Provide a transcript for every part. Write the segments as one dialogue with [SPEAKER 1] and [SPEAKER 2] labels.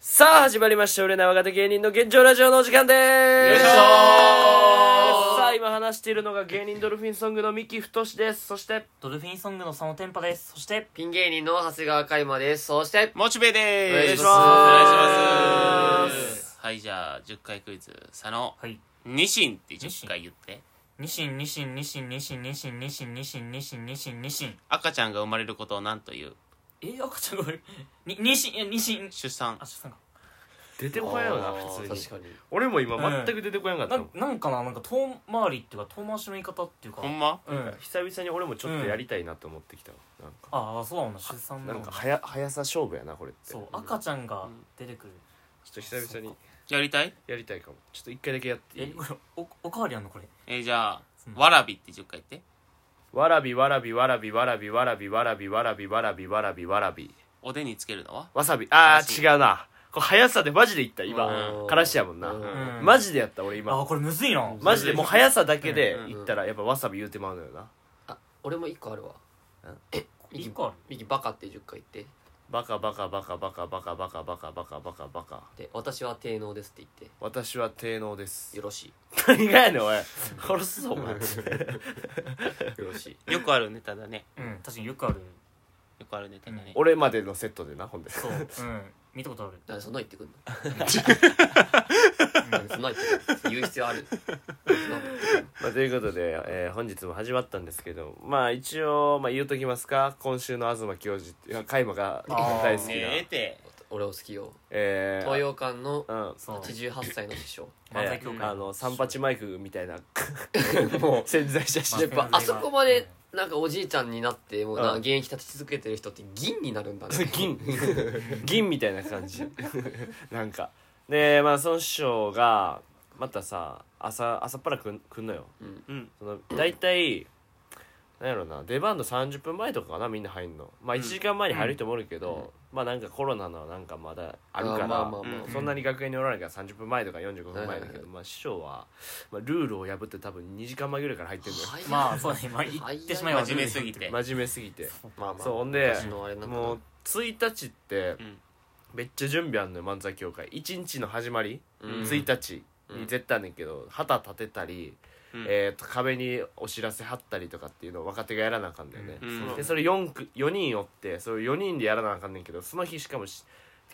[SPEAKER 1] さあ始まりました売れない若手芸人の現状ラジオのお時間でーす
[SPEAKER 2] よいしょー
[SPEAKER 1] さあ今話しているのが芸人ドルフィンソングの三木太志ですそして
[SPEAKER 3] ドルフィンソングの佐野天パです。そして、
[SPEAKER 4] ピン芸人の長谷川海馬です。そして、
[SPEAKER 2] モチベでーす
[SPEAKER 4] お願
[SPEAKER 2] お願い
[SPEAKER 1] いし
[SPEAKER 2] し
[SPEAKER 1] ま
[SPEAKER 2] ますすはいじゃあ10回クイズ佐野
[SPEAKER 3] はい。
[SPEAKER 2] ニシンって10回言って
[SPEAKER 3] ニシン、ニシン、ニシン、ニシン、ニシン、ニシン、ニシン、ニシン、ニシン、ニシン。
[SPEAKER 2] 赤ちゃんが生まれることを何という
[SPEAKER 3] え、赤ちゃんが悪い。 に、ニシン、え、ニシン。
[SPEAKER 2] 出産
[SPEAKER 3] あ、ちょっと
[SPEAKER 1] 出てこやよな普通に
[SPEAKER 4] 確かに。
[SPEAKER 1] 俺も今全く出てこやんかった
[SPEAKER 3] な
[SPEAKER 1] も
[SPEAKER 3] ん
[SPEAKER 1] ん
[SPEAKER 3] か、ななんかな、なんか遠回りっていうか、遠回しの言い方っていうか。
[SPEAKER 2] ほんま
[SPEAKER 3] うん。
[SPEAKER 1] 久々に俺もちょっとやりたいなと思ってきたわなんか
[SPEAKER 3] ああ、そうだもんな、出産の。
[SPEAKER 1] なんか早早さ勝負やなこれって
[SPEAKER 3] そう、赤ちゃんが出てくる。
[SPEAKER 1] ちょっと久々に
[SPEAKER 2] やりたい
[SPEAKER 1] やりたいかもちょっと一回だけやってい
[SPEAKER 3] え、
[SPEAKER 1] い
[SPEAKER 3] これ、お、おかわりあんのこれ。
[SPEAKER 2] えーじゃあ
[SPEAKER 3] うん
[SPEAKER 2] わらびって10回言って
[SPEAKER 1] わらびわらびわらびわらびわらびわらびわらびわらびわらびわらび
[SPEAKER 2] おでんにつけるのは
[SPEAKER 1] わさびあ
[SPEAKER 2] 悲しい
[SPEAKER 1] ー違うなこれ速さでマジでいった今
[SPEAKER 2] うん
[SPEAKER 1] からしやもんな
[SPEAKER 4] うん
[SPEAKER 3] うん
[SPEAKER 1] マジでやった俺今
[SPEAKER 3] あ、これむずいな。
[SPEAKER 1] マジでもう速さだけで
[SPEAKER 2] うん
[SPEAKER 1] いったらやっぱわさび言うてまうのよな
[SPEAKER 4] あ、俺も一個あるわ。 え
[SPEAKER 3] 一個ある
[SPEAKER 4] 右バカって10回言って。
[SPEAKER 1] バカバカバカバカバカバカバカバカバカバカ
[SPEAKER 4] で、私は低能ですって言っ
[SPEAKER 1] 私は低能です
[SPEAKER 4] て。よろし
[SPEAKER 1] 何がやねんおい殺すぞお 前
[SPEAKER 4] い。よろしい。
[SPEAKER 2] よくあるネタだね
[SPEAKER 3] うん、確かによくある。
[SPEAKER 2] よくあるネタだね
[SPEAKER 1] 俺までのセットで なほんで
[SPEAKER 3] そう、うん。見たことある。
[SPEAKER 4] なんでそんな言ってくんの なんでそんな言ってくんの言う必要ある
[SPEAKER 1] まあ、ということで、えー本日も始まったんですけどまあ一応、まあ、言うときますか今週の東教授っていう海馬が
[SPEAKER 3] あー
[SPEAKER 1] 大好きな
[SPEAKER 2] ええて
[SPEAKER 4] 俺を好きよ。
[SPEAKER 1] えー
[SPEAKER 4] 東洋館の
[SPEAKER 1] うん
[SPEAKER 3] そう。
[SPEAKER 4] 88歳の師 匠。
[SPEAKER 3] 漫才協会
[SPEAKER 1] えーあの三八マイクみたいな
[SPEAKER 4] も
[SPEAKER 1] 潜在写
[SPEAKER 4] う、やっ
[SPEAKER 1] 真
[SPEAKER 4] ぱあそこまで、なんかおじいちゃんになって、もうな、
[SPEAKER 1] うん
[SPEAKER 4] 現役立ち続けてる人って銀になるんだね。
[SPEAKER 1] 銀 銀みたいな感じなんかでまあその師匠がまたさ朝朝っぱらくんくんのよ
[SPEAKER 4] うん。
[SPEAKER 2] うん
[SPEAKER 1] その大体なんやろな出番の30分前とかかなみんな入んのまあ
[SPEAKER 2] うん
[SPEAKER 1] 1時間前に入る人もおるけど、
[SPEAKER 4] うん
[SPEAKER 1] まあなんかコロナのなんかまだあるから
[SPEAKER 4] まあまあま
[SPEAKER 2] う
[SPEAKER 4] あ
[SPEAKER 2] ん
[SPEAKER 1] そんなに学園におらないから30分前とか45分前だけど、まあ、師匠は、まあ、ルールを破って多分2時間前ぐらいから入ってんのよ
[SPEAKER 4] 早い
[SPEAKER 3] まあ、そうだね、今言ってしまえば
[SPEAKER 2] 真面目すぎて
[SPEAKER 1] 真面目すぎて
[SPEAKER 4] まあまあ
[SPEAKER 1] そうほんで
[SPEAKER 4] 昔のあれなんかな
[SPEAKER 1] もう1日って
[SPEAKER 2] うん
[SPEAKER 1] めっちゃ準備あんのよ漫才協会1日の始まり、
[SPEAKER 4] うん
[SPEAKER 1] 1日に絶対あんねんけど旗立てたり、
[SPEAKER 2] うん
[SPEAKER 1] えー、と壁にお知らせ貼ったりとかっていうのを若手がやらなあかんだよね、
[SPEAKER 2] うん
[SPEAKER 1] でそれ 4, く4人おってそれ4人でやらなあかんねんけどその日しかもし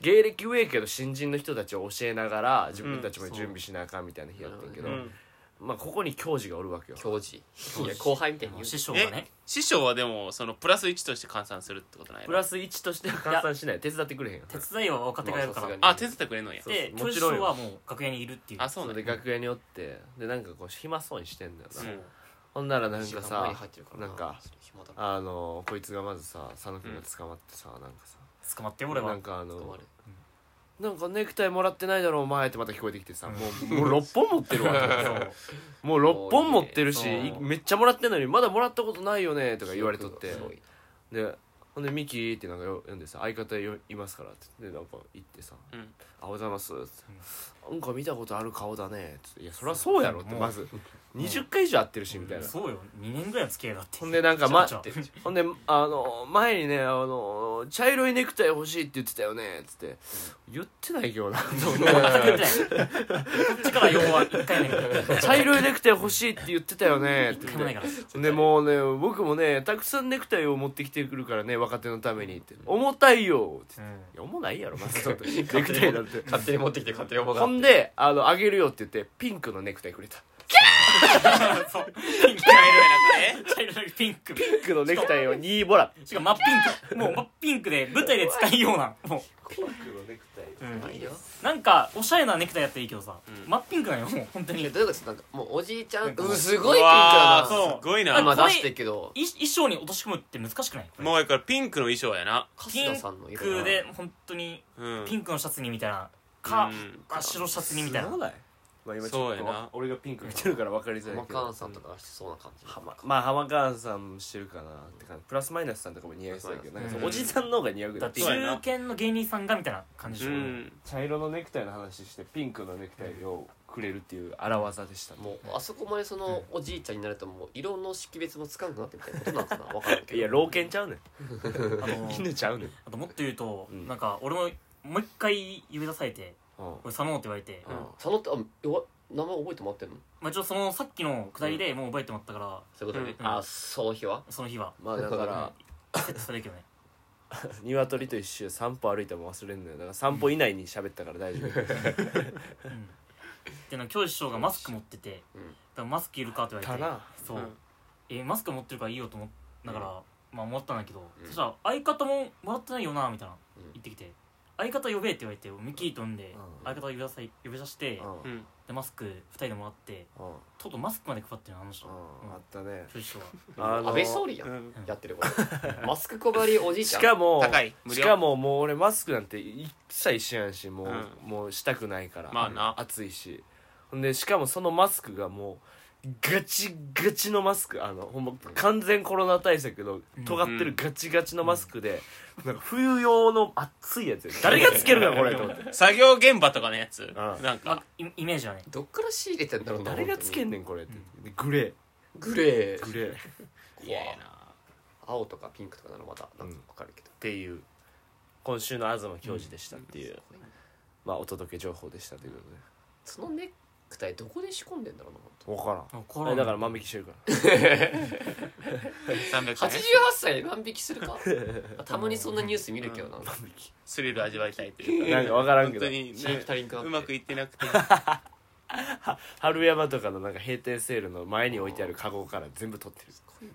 [SPEAKER 1] 芸歴上やけど新人の人たちを教えながら自分たちも準備しなあかんみたいな日やってんけ
[SPEAKER 2] う
[SPEAKER 1] ど、
[SPEAKER 2] ん
[SPEAKER 1] まあ、ここに教授がおるわけよ
[SPEAKER 4] 教授いや後輩みたいに
[SPEAKER 3] も
[SPEAKER 4] 言
[SPEAKER 3] う
[SPEAKER 4] う
[SPEAKER 3] 師匠が
[SPEAKER 2] え
[SPEAKER 3] ね
[SPEAKER 2] 師匠はでもそのプラス1として換算するってことない
[SPEAKER 1] プラス1としては換算しない手伝ってくれへんよ
[SPEAKER 3] 手伝いは若手がやるか
[SPEAKER 4] ま
[SPEAKER 3] ら
[SPEAKER 4] あさ
[SPEAKER 2] あ手伝ってくれんのや
[SPEAKER 1] そう
[SPEAKER 3] で
[SPEAKER 1] そうも
[SPEAKER 3] 教
[SPEAKER 1] ち
[SPEAKER 3] 師
[SPEAKER 1] ろんよ
[SPEAKER 3] 匠はもう楽屋にいるっていう
[SPEAKER 2] あそう
[SPEAKER 1] そ
[SPEAKER 2] な
[SPEAKER 1] うん
[SPEAKER 2] だ
[SPEAKER 1] で楽屋におってでなんかこう暇そうにしてんだよな、
[SPEAKER 2] うん
[SPEAKER 1] ほんならなん
[SPEAKER 4] 一
[SPEAKER 1] か
[SPEAKER 4] 番前に
[SPEAKER 1] さ
[SPEAKER 4] 入ってるら
[SPEAKER 1] なんか
[SPEAKER 4] 暇だな
[SPEAKER 1] あのこいつがまずさ佐野君が捕まってさ、なんかさ
[SPEAKER 3] 捕まって俺
[SPEAKER 1] な
[SPEAKER 3] は
[SPEAKER 1] んかあ
[SPEAKER 4] 捕ま
[SPEAKER 1] の
[SPEAKER 4] る
[SPEAKER 1] なんかネクタイもらってないだろお前ってまた聞こえてきてさもうもう6本持ってるわ
[SPEAKER 3] そう
[SPEAKER 1] もう6本持ってるし
[SPEAKER 3] 多いねそう
[SPEAKER 1] めっちゃもらってんのにまだもらったことないよねとか言われとって
[SPEAKER 4] すごい
[SPEAKER 1] でほんで「ミキ」ってなんかよ呼んでさ「相方よいますから」ってでなんか行ってさ「
[SPEAKER 2] うん
[SPEAKER 1] あおはようございます」って「なんか見たことある顔だね」って「いやそりゃそうやろ」って
[SPEAKER 3] もう
[SPEAKER 1] まず20回以上会ってるしみたいな
[SPEAKER 3] そうよ2年ぐらいの付き合いだって
[SPEAKER 1] ほんでなんか、ま
[SPEAKER 3] ちょちょ
[SPEAKER 1] ほんであの前にねあの茶色いネクタイ欲しいって言ってたよねっつって言ってないけどな
[SPEAKER 3] 全く言ってないこっちから要は1回目
[SPEAKER 1] 茶色いネクタイ欲しいって言ってたよねって
[SPEAKER 3] 1
[SPEAKER 1] 言
[SPEAKER 3] 回
[SPEAKER 1] っ
[SPEAKER 3] もな
[SPEAKER 1] て
[SPEAKER 3] いから
[SPEAKER 1] でもうね僕もねたくさんネクタイを持ってきてくるからね若手のためにって「重たいよ」って言って「いや重ないやろ まずちょっとネクタイだって」
[SPEAKER 4] 勝手に持ってきて勝手に思
[SPEAKER 1] ほんであの「あげるよ」って言ってピンクのネクタイくれた
[SPEAKER 3] そうピンク茶
[SPEAKER 2] え
[SPEAKER 3] 色だけピンク
[SPEAKER 1] ピンクのネクタイを2もらった
[SPEAKER 3] しかも真っピンクもう真っピンクで舞台で使いようなも
[SPEAKER 1] ピンクのネクタイ
[SPEAKER 3] う、うん
[SPEAKER 4] いいよ
[SPEAKER 3] なんかおしゃれなネクタイやったらいいけどさ、
[SPEAKER 2] うん
[SPEAKER 3] 真っピンクなんよもう本当
[SPEAKER 4] い
[SPEAKER 3] に
[SPEAKER 4] やどういうことなんかもうおじいちゃん
[SPEAKER 3] うん
[SPEAKER 4] うんす
[SPEAKER 2] う
[SPEAKER 4] ごいピンク
[SPEAKER 2] わ
[SPEAKER 4] だ
[SPEAKER 3] そ
[SPEAKER 2] ーすごい
[SPEAKER 4] な
[SPEAKER 2] な
[SPEAKER 3] う
[SPEAKER 2] も
[SPEAKER 3] わ
[SPEAKER 4] 今出してるけど
[SPEAKER 3] い衣装に落とし込むって難しくないう
[SPEAKER 2] だからピンクの衣装やな
[SPEAKER 3] ピ
[SPEAKER 4] 春
[SPEAKER 3] ン
[SPEAKER 4] 日さんの色
[SPEAKER 3] クで本当に
[SPEAKER 2] うん
[SPEAKER 3] ピンクのシャツにみたいなか
[SPEAKER 2] うん
[SPEAKER 3] あ白シャツにみたいな
[SPEAKER 1] すごないまあ今ちょ
[SPEAKER 2] そう
[SPEAKER 1] っ
[SPEAKER 2] や
[SPEAKER 1] と
[SPEAKER 2] な
[SPEAKER 1] わ俺がピンク見てるから分かりづら
[SPEAKER 4] マ
[SPEAKER 1] いけ
[SPEAKER 4] カー
[SPEAKER 1] ど
[SPEAKER 4] ンさんとかがしてそうな感じ
[SPEAKER 1] はままあ浜川さんもしてるかなって感じプラスマイナスさんとかも似合いそうだけどなんかそう
[SPEAKER 3] うん
[SPEAKER 1] おじさんの方が似合うぐ
[SPEAKER 3] だ
[SPEAKER 1] ら
[SPEAKER 3] っ
[SPEAKER 1] い
[SPEAKER 3] て中堅の芸人さんがみたいな感じで
[SPEAKER 2] う
[SPEAKER 3] しょ、
[SPEAKER 2] ん
[SPEAKER 1] 茶色のネクタイの話してピンクのネクタイをくれるっていう荒技でしたね
[SPEAKER 4] もうあそこまでそのおじいちゃんになるともう色の識別もつかんくなってみたいなことなんかな分からんけど
[SPEAKER 1] いや老犬ちゃうねん
[SPEAKER 3] あの
[SPEAKER 1] 犬ちゃうねん
[SPEAKER 3] あともっと言うと、
[SPEAKER 1] うん
[SPEAKER 3] なんか俺ももう一回呼び出されて
[SPEAKER 1] うん
[SPEAKER 3] 「これ佐野」って言われて、
[SPEAKER 1] うん
[SPEAKER 4] 佐野ってあ弱名前覚えてもらってんの
[SPEAKER 3] まあ、ちょっとそのさっきのくだりでもう覚えてもらったから、
[SPEAKER 4] そういうことね、
[SPEAKER 3] うん
[SPEAKER 4] あその日は
[SPEAKER 3] その日は
[SPEAKER 1] まあだから
[SPEAKER 3] セットされるけどね
[SPEAKER 1] 鶏と一周散歩歩いても忘れんのよだから散歩以内に喋ったから大丈
[SPEAKER 3] う
[SPEAKER 1] 夫
[SPEAKER 3] んでなんか教師師匠がマスク持ってて「
[SPEAKER 4] うん
[SPEAKER 3] だからマスクいるか?」って言わ
[SPEAKER 1] か
[SPEAKER 3] れて
[SPEAKER 1] な
[SPEAKER 3] そう、
[SPEAKER 2] うん
[SPEAKER 3] えマスク持ってるからいいよと思っだから、まあ思ったんだけど、
[SPEAKER 4] うん
[SPEAKER 3] そしたら「相方ももらってないよな」みたいな、
[SPEAKER 4] うん
[SPEAKER 3] 言ってきて「相方呼べ」って言われてミキー飛んで、
[SPEAKER 1] うん
[SPEAKER 3] 相方呼び出さい呼び出して、
[SPEAKER 1] うん
[SPEAKER 2] うん
[SPEAKER 3] でマスク2人でもらって
[SPEAKER 1] うん
[SPEAKER 3] とうとうマスクまで配ってるのあの人、
[SPEAKER 1] うん
[SPEAKER 3] うん
[SPEAKER 1] あったね
[SPEAKER 3] 教師師匠は
[SPEAKER 1] あの
[SPEAKER 4] 安倍総理やん、
[SPEAKER 2] うん
[SPEAKER 4] やってることマスク配りおじいち
[SPEAKER 1] し
[SPEAKER 4] ゃん
[SPEAKER 1] かも
[SPEAKER 2] 高い無料
[SPEAKER 1] しかももう俺マスクなんて一切しやんしもう,、
[SPEAKER 2] うん
[SPEAKER 1] もうしたくないから、
[SPEAKER 2] まあな
[SPEAKER 1] 暑いしほんでしかもそのマスクがもうガチガチのマスクあのほんま完全コロナ対策の
[SPEAKER 3] うん
[SPEAKER 1] 尖ってるガチガチのマスクで、なんか冬用の熱いやつや 誰がつけるのこれと思って
[SPEAKER 2] 作業現場とかのやつなん
[SPEAKER 3] まあ
[SPEAKER 2] か
[SPEAKER 3] イイメージはね
[SPEAKER 4] どっから仕入れてんだろうな
[SPEAKER 1] 誰がつけ
[SPEAKER 4] ん
[SPEAKER 1] んねんこれって、でグレ
[SPEAKER 4] グレ
[SPEAKER 1] ーグ
[SPEAKER 4] ー
[SPEAKER 1] レーっ
[SPEAKER 2] いやいな
[SPEAKER 4] 青とかピンクとかならまだなんかわかるけど、
[SPEAKER 1] ていう今週の東教授でしたっていう、まあお届け情報でしたというこ
[SPEAKER 4] そのネクタイどこで仕込んでんだろうな本
[SPEAKER 1] とで分からん
[SPEAKER 3] あ
[SPEAKER 1] あ
[SPEAKER 3] こ
[SPEAKER 1] れ
[SPEAKER 3] れ
[SPEAKER 1] だから万引きしてるから
[SPEAKER 2] 300
[SPEAKER 4] 当
[SPEAKER 2] 円
[SPEAKER 4] 88歳万引きする かたまにそんなニュース見るけどな、
[SPEAKER 2] スリル味わいたいという
[SPEAKER 1] なんか分からんけど
[SPEAKER 2] 本当に
[SPEAKER 4] 刺激足りんくなっ
[SPEAKER 2] ね
[SPEAKER 4] て
[SPEAKER 2] うまくいってなくて
[SPEAKER 1] 春山とかのなんか閉店セールの前に置いてあるカゴから全部取ってる
[SPEAKER 4] ごいね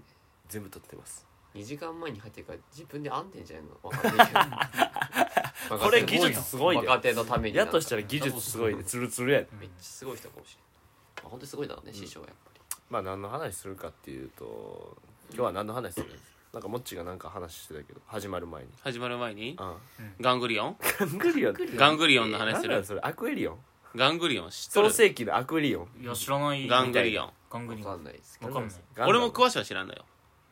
[SPEAKER 1] 全部取ってます
[SPEAKER 4] 2時間前に入ってるから自分で編んでんじゃないのわかんないけ ど
[SPEAKER 1] これ技術すごいね
[SPEAKER 4] 若手のために
[SPEAKER 1] やとした
[SPEAKER 4] ら
[SPEAKER 1] ら技術すごいねツルツルやね
[SPEAKER 4] めっちゃすごい人かもしれない、まあ、本当にすごいだろうね、師匠はやっぱり
[SPEAKER 1] まあ何の話するかっていうと今日は何の話するなんかもっちがなんか話してたけど始まる前に
[SPEAKER 2] 始まる前に
[SPEAKER 1] あ
[SPEAKER 2] ガングリオン
[SPEAKER 1] ガングリオンって
[SPEAKER 2] ガングリオンの
[SPEAKER 1] 何
[SPEAKER 2] 話す
[SPEAKER 1] だよ
[SPEAKER 2] る
[SPEAKER 1] それアクエリオン
[SPEAKER 2] ガングリオン知っと
[SPEAKER 1] 創
[SPEAKER 2] る
[SPEAKER 1] 世紀のアクエリオン
[SPEAKER 3] いや知らない
[SPEAKER 2] ガングリオン
[SPEAKER 3] ガングリオ
[SPEAKER 4] わ
[SPEAKER 3] ン
[SPEAKER 4] かんないですけ
[SPEAKER 3] わ
[SPEAKER 4] ど
[SPEAKER 3] かんない
[SPEAKER 1] ガンダム
[SPEAKER 2] 俺も詳しくは知らんのよ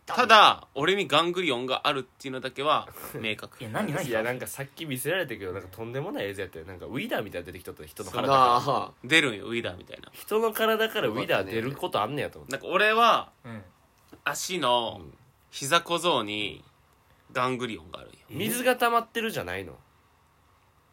[SPEAKER 2] ただ俺にガングリオンがあるっていうのだけは明確
[SPEAKER 3] いや何何
[SPEAKER 1] いやなんかさっき見せられたけどなんかとんでもない映像やったよなんかウィーダーみたいなの出てきとった人の
[SPEAKER 4] そん
[SPEAKER 1] 体
[SPEAKER 4] な
[SPEAKER 1] から
[SPEAKER 4] あ
[SPEAKER 2] 出るんよウィダーみたいな
[SPEAKER 1] 人の体からウィーダー出ることあんねやと思って
[SPEAKER 2] なんか俺は
[SPEAKER 3] うん
[SPEAKER 2] 足の
[SPEAKER 1] うん
[SPEAKER 2] 膝小僧にガングリオンがあるんよ
[SPEAKER 1] 水が溜まってるじゃないの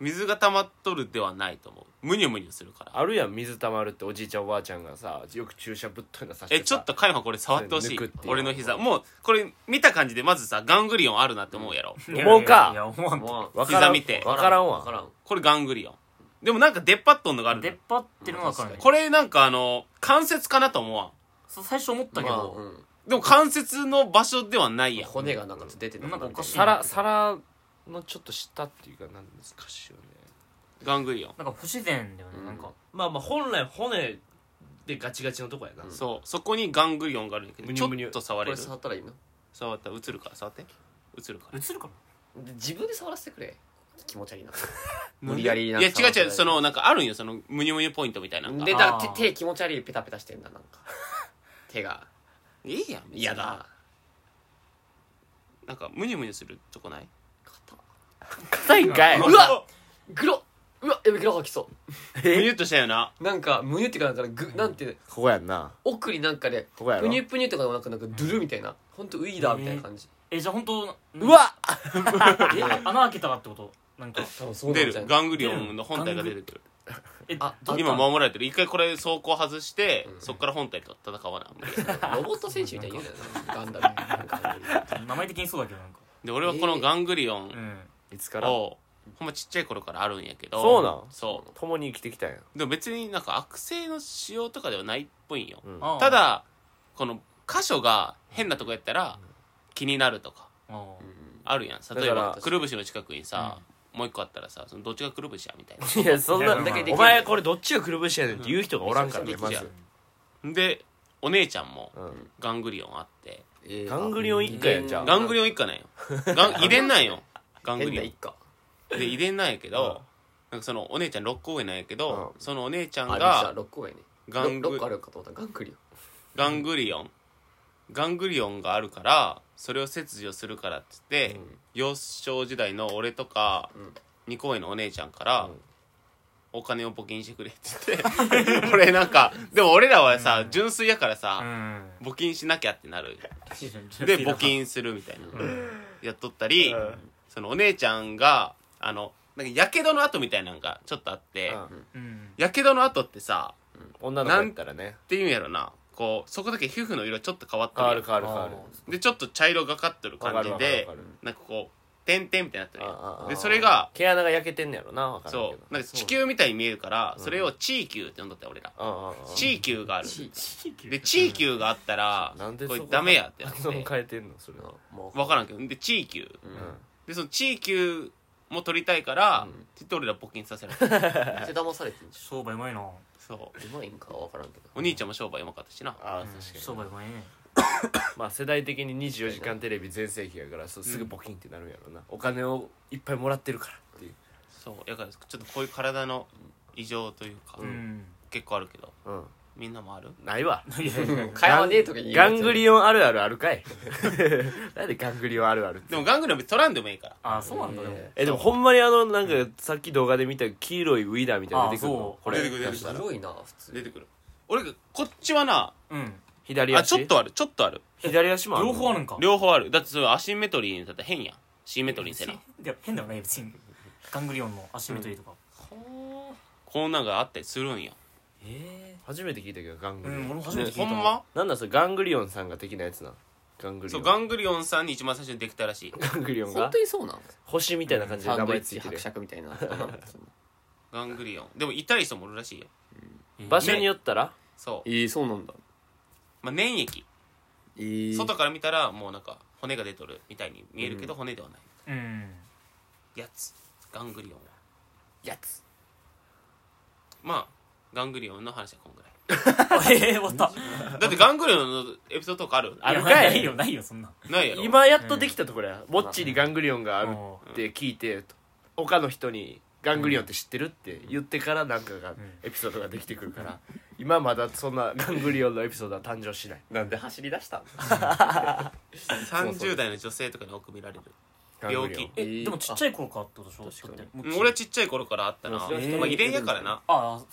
[SPEAKER 2] 水が溜まっとるではないと思うむにゅむにゅするから
[SPEAKER 1] あるやん水たまるっておじいちゃんおばあちゃんがさよく注射ぶっといのさして
[SPEAKER 2] えちょっとカイマこれ触ってほしい
[SPEAKER 1] 抜くっていう
[SPEAKER 2] 俺の膝もうこれ見た感じでまずさガングリオンあるなって思うやろ
[SPEAKER 1] 思うか
[SPEAKER 3] いや思わ
[SPEAKER 4] あ
[SPEAKER 3] んと
[SPEAKER 4] も
[SPEAKER 1] わからん
[SPEAKER 2] 膝見て
[SPEAKER 1] わからん
[SPEAKER 4] わ
[SPEAKER 1] わ
[SPEAKER 4] からん
[SPEAKER 2] これガングリオンでもなんか出っ張っとんのがある
[SPEAKER 3] 出っ張ってるのはわかんない
[SPEAKER 2] これなんかあの関節かなと思わん
[SPEAKER 3] そう最初思ったけ
[SPEAKER 4] まあ
[SPEAKER 3] ど、
[SPEAKER 4] うん
[SPEAKER 2] でも関節の場所ではないやん
[SPEAKER 4] 骨がなんかちょっと出てる
[SPEAKER 3] なんかおかしい
[SPEAKER 1] 皿皿のちょっと下っていうかなんですかしよね
[SPEAKER 2] ガングリオン
[SPEAKER 3] なんか不自然だよね、
[SPEAKER 4] うん
[SPEAKER 3] なんか
[SPEAKER 1] まあまあ本来骨でガチガチのとこやな、
[SPEAKER 4] うん
[SPEAKER 2] そうそこにガングリオンがあるんだけど
[SPEAKER 1] むに
[SPEAKER 2] ち
[SPEAKER 1] ゅ
[SPEAKER 2] ょ
[SPEAKER 1] むにゅ
[SPEAKER 2] っと触
[SPEAKER 4] こ
[SPEAKER 2] れ
[SPEAKER 4] れ
[SPEAKER 2] る
[SPEAKER 4] 触ったらいいの
[SPEAKER 2] 触った映るから触って映るか
[SPEAKER 3] 映
[SPEAKER 2] ら
[SPEAKER 3] るか
[SPEAKER 4] で自分で触らせてくれ気持ち悪いな 無理やり
[SPEAKER 2] い
[SPEAKER 4] な
[SPEAKER 2] や違う違うそのなんかあるんよそのムニュムニュポイントみたいなのが
[SPEAKER 4] で
[SPEAKER 3] あ
[SPEAKER 4] だ
[SPEAKER 3] ー
[SPEAKER 4] 手手気持ち悪いペタペタしてんだなんか手が
[SPEAKER 2] いいやん別に
[SPEAKER 4] 嫌だ
[SPEAKER 2] なんかムニュムニュするとこない
[SPEAKER 1] 硬いんかい
[SPEAKER 3] うん
[SPEAKER 4] うわグロうわやべグロ吐きそ
[SPEAKER 2] ムニュっとしたよな
[SPEAKER 4] うなんかむにゅってかなんかぐなんていうの
[SPEAKER 1] ここやんな
[SPEAKER 4] 奥になんかで
[SPEAKER 1] ここや
[SPEAKER 4] ぷ
[SPEAKER 1] ろ
[SPEAKER 4] にゅぷにゅとかなんかなんかドゥルみたいなほんとウィーダーみたいな感じ
[SPEAKER 3] えじゃあ本当
[SPEAKER 1] うわ
[SPEAKER 3] えあ穴開けたらってことなんか
[SPEAKER 4] 多分そうな
[SPEAKER 2] 出
[SPEAKER 4] んじゃ
[SPEAKER 2] る
[SPEAKER 4] ない
[SPEAKER 2] ガングリオンの本体が出てくる
[SPEAKER 3] え
[SPEAKER 4] あど
[SPEAKER 2] 今守られてる一回これ走行外して、
[SPEAKER 4] うん
[SPEAKER 2] そっから本体と戦わな無理や
[SPEAKER 4] ロボット選手みたいに言うだよなガンダムなんかガングリオン
[SPEAKER 3] 名前的にそうだけどなんか
[SPEAKER 2] で俺はこのガングリオンを、
[SPEAKER 3] うん
[SPEAKER 1] いつから
[SPEAKER 2] ほんまちっちゃい頃からあるんやけど
[SPEAKER 1] そうなん
[SPEAKER 2] そ
[SPEAKER 1] 共に生きてきたんやん
[SPEAKER 2] うでも別になんか悪性の使用とかではないっぽいんよ、
[SPEAKER 1] うん
[SPEAKER 3] あー
[SPEAKER 2] ただこの箇所が変なとこやったら気になるとか
[SPEAKER 3] あー
[SPEAKER 4] うん
[SPEAKER 2] あるやん
[SPEAKER 1] ら
[SPEAKER 2] 例えばくるぶしの近くにさ、もう一個あったらさそのどっちがくるぶしやみたい
[SPEAKER 1] いやそん
[SPEAKER 3] い
[SPEAKER 1] な
[SPEAKER 3] やまあ
[SPEAKER 1] お前これどっちがくるぶしやねんって言う人がおらんからね
[SPEAKER 4] うん
[SPEAKER 1] ま
[SPEAKER 2] いや
[SPEAKER 1] ず、
[SPEAKER 2] なでお姉ちゃんも
[SPEAKER 1] うん、
[SPEAKER 2] ガングリオンあって
[SPEAKER 4] えー
[SPEAKER 1] ガングリオン一家やんじゃあ
[SPEAKER 2] ガングリオン一家なんよガン遺伝なんよガング
[SPEAKER 4] 変
[SPEAKER 2] リ
[SPEAKER 4] な
[SPEAKER 2] オ
[SPEAKER 4] 一家
[SPEAKER 2] ンで遺伝なんやけど、なんかそのお姉ちゃん6個上なんやけど、
[SPEAKER 1] うん
[SPEAKER 2] そのお姉ちゃん
[SPEAKER 4] あれさ
[SPEAKER 2] が
[SPEAKER 4] 6個上ね
[SPEAKER 2] ガン
[SPEAKER 4] 6
[SPEAKER 2] グ
[SPEAKER 4] 個あるかと思ったガングリ
[SPEAKER 2] ガングリオンガングリオンがあるからそれを切除するからって言って、
[SPEAKER 1] うん
[SPEAKER 2] 幼少時代の俺とか
[SPEAKER 4] オンうん
[SPEAKER 2] 二公園のお姉ちゃんから、
[SPEAKER 1] うん
[SPEAKER 2] お金を募金してくれって言って 俺なんかでも俺らはさ、
[SPEAKER 3] うん
[SPEAKER 2] 純粋やから
[SPEAKER 3] う
[SPEAKER 2] さ、
[SPEAKER 3] ん
[SPEAKER 2] 募金しなきゃってなる
[SPEAKER 3] うん
[SPEAKER 2] で募金するみたいな、やっとったり、
[SPEAKER 1] うん
[SPEAKER 2] そのお姉ちゃんがあのなんかやけどの跡みたいなんがちょっとあって
[SPEAKER 1] うん
[SPEAKER 3] うん
[SPEAKER 2] やけどの跡ってさ
[SPEAKER 1] 女の子やったらね
[SPEAKER 2] っていうんやろなこうそこだけ皮膚の色ちょっと変わって
[SPEAKER 1] 変わる
[SPEAKER 2] や
[SPEAKER 1] 変わる変わる
[SPEAKER 2] んでちょっと茶色がかってる
[SPEAKER 1] わか
[SPEAKER 2] 感
[SPEAKER 1] る
[SPEAKER 2] じ
[SPEAKER 1] わかる
[SPEAKER 2] で
[SPEAKER 1] わかる
[SPEAKER 2] なんかこう点々みたいになってるや
[SPEAKER 1] あああ
[SPEAKER 2] ん
[SPEAKER 1] あ
[SPEAKER 2] でそれが
[SPEAKER 1] 毛穴が焼けてんねやろなわからんけ
[SPEAKER 2] そ
[SPEAKER 1] ど
[SPEAKER 2] うなんか地球みたいに見えるから
[SPEAKER 1] うん
[SPEAKER 2] それを地球って呼んだったよ俺ら
[SPEAKER 1] うんうんうん
[SPEAKER 2] 地球がある
[SPEAKER 4] 地
[SPEAKER 2] で地球があったら
[SPEAKER 1] なんで
[SPEAKER 2] これ
[SPEAKER 1] そこ
[SPEAKER 2] ダメやってなっ
[SPEAKER 1] 発音
[SPEAKER 2] て
[SPEAKER 1] 変えてんのそれは
[SPEAKER 4] も
[SPEAKER 2] 分からんけどで地球
[SPEAKER 4] う
[SPEAKER 1] う
[SPEAKER 2] でその地球も取りたいから
[SPEAKER 4] うん
[SPEAKER 2] って言って俺ら募金させられた
[SPEAKER 4] んせ騙されてんじ
[SPEAKER 3] 商売うまいなうん
[SPEAKER 2] そう
[SPEAKER 4] ゃんうまいんかは分からんけど
[SPEAKER 2] お兄ちゃんも商売うまかったしな
[SPEAKER 1] ああ確か
[SPEAKER 3] 商
[SPEAKER 1] に
[SPEAKER 3] 売うまいね
[SPEAKER 1] まあ世代的に24時間テレビ全盛期やからそうすぐ募金ってなるんやろなお金をいっぱいもらってるからっていう
[SPEAKER 2] そうやからちょっとこういう体の異常というか
[SPEAKER 3] うん
[SPEAKER 2] 結構あるけど
[SPEAKER 1] うん
[SPEAKER 2] みんなもある
[SPEAKER 1] ないわ
[SPEAKER 3] いやいやい や
[SPEAKER 4] 会話ねえとか言う
[SPEAKER 1] ガングリオンあるあるあるかい なんでガングリオンあるあるって
[SPEAKER 2] でもガングリオン別に取らんでもいいから
[SPEAKER 3] あそうなんだでも
[SPEAKER 4] え
[SPEAKER 1] えでもほんまにあのなんかさっき動画で見た黄色いウィダーみたいなの出てくる
[SPEAKER 3] あ
[SPEAKER 1] の
[SPEAKER 3] そう
[SPEAKER 1] これ
[SPEAKER 2] 出てくる出てくる
[SPEAKER 4] 広いな普通
[SPEAKER 2] 出てくる俺がこっちはな
[SPEAKER 3] うん
[SPEAKER 1] 左足
[SPEAKER 2] あちょっとあるちょっとある
[SPEAKER 1] 左足もある
[SPEAKER 3] 両方あるんか
[SPEAKER 2] 両方あるだってそれアシンメトリーにだって変やんシンメトリーにせない
[SPEAKER 3] や変だよね別にガングリオンのアシメトリーとか
[SPEAKER 2] こんなんがあったりするんや
[SPEAKER 3] え
[SPEAKER 1] 初めて聞いたけどガング
[SPEAKER 3] う
[SPEAKER 1] リオン、
[SPEAKER 3] ん俺も初めて
[SPEAKER 2] ね
[SPEAKER 3] 聞い
[SPEAKER 2] ほ
[SPEAKER 3] た
[SPEAKER 2] んま
[SPEAKER 1] なんだそれガングリオンさんが的なやつなガングリ
[SPEAKER 2] そ
[SPEAKER 1] オ
[SPEAKER 2] う
[SPEAKER 1] ン
[SPEAKER 2] ガングリオンさんに一番最初にできたらしい
[SPEAKER 1] ガングリオン
[SPEAKER 4] 本
[SPEAKER 1] が
[SPEAKER 4] 当にそうなの
[SPEAKER 1] 星みたいな感じで
[SPEAKER 4] サ
[SPEAKER 1] 名
[SPEAKER 4] ンドイ
[SPEAKER 1] 前
[SPEAKER 4] ッ
[SPEAKER 1] つ
[SPEAKER 4] チ
[SPEAKER 1] いて
[SPEAKER 4] 伯
[SPEAKER 1] るや
[SPEAKER 4] 爵みたいなそんな
[SPEAKER 2] ガングリオンでも痛い人もおるらしいよ
[SPEAKER 1] ん場所によったら、
[SPEAKER 2] そう、
[SPEAKER 4] ええそうなんだ
[SPEAKER 2] まあ、粘液
[SPEAKER 4] ええ
[SPEAKER 2] 外から見たらもうなんか骨が出とるみたいに見えるけど骨ではない
[SPEAKER 3] うん
[SPEAKER 2] やつガングリオンは
[SPEAKER 4] やつ
[SPEAKER 2] まあガングリオンの話はこんぐら
[SPEAKER 3] ええ終わった
[SPEAKER 2] いだってガングリオンのエピソードとかある
[SPEAKER 1] あるかい
[SPEAKER 3] やないよないよそんな
[SPEAKER 2] ないやろ
[SPEAKER 1] 今やっとできたところやぼっちにガングリオンがある
[SPEAKER 3] も
[SPEAKER 1] って聞いて他の人にガングリオンって知ってるって言ってからなんかが
[SPEAKER 3] ん
[SPEAKER 1] エピソードができてくるから今まだそんなガングリオンのエピソードは誕生しない
[SPEAKER 4] なんで走り出した
[SPEAKER 2] 30代の女性とかに多く見られる
[SPEAKER 1] ガングリオン
[SPEAKER 2] 病
[SPEAKER 3] う
[SPEAKER 4] えー
[SPEAKER 3] えでもちっちゃい頃からってことでし
[SPEAKER 4] 確か
[SPEAKER 3] ょ
[SPEAKER 4] に
[SPEAKER 3] だっても
[SPEAKER 2] う
[SPEAKER 3] うん
[SPEAKER 2] 俺はちっちゃい頃からあったな、
[SPEAKER 4] えー
[SPEAKER 2] まあ遺伝やからな
[SPEAKER 3] ああそう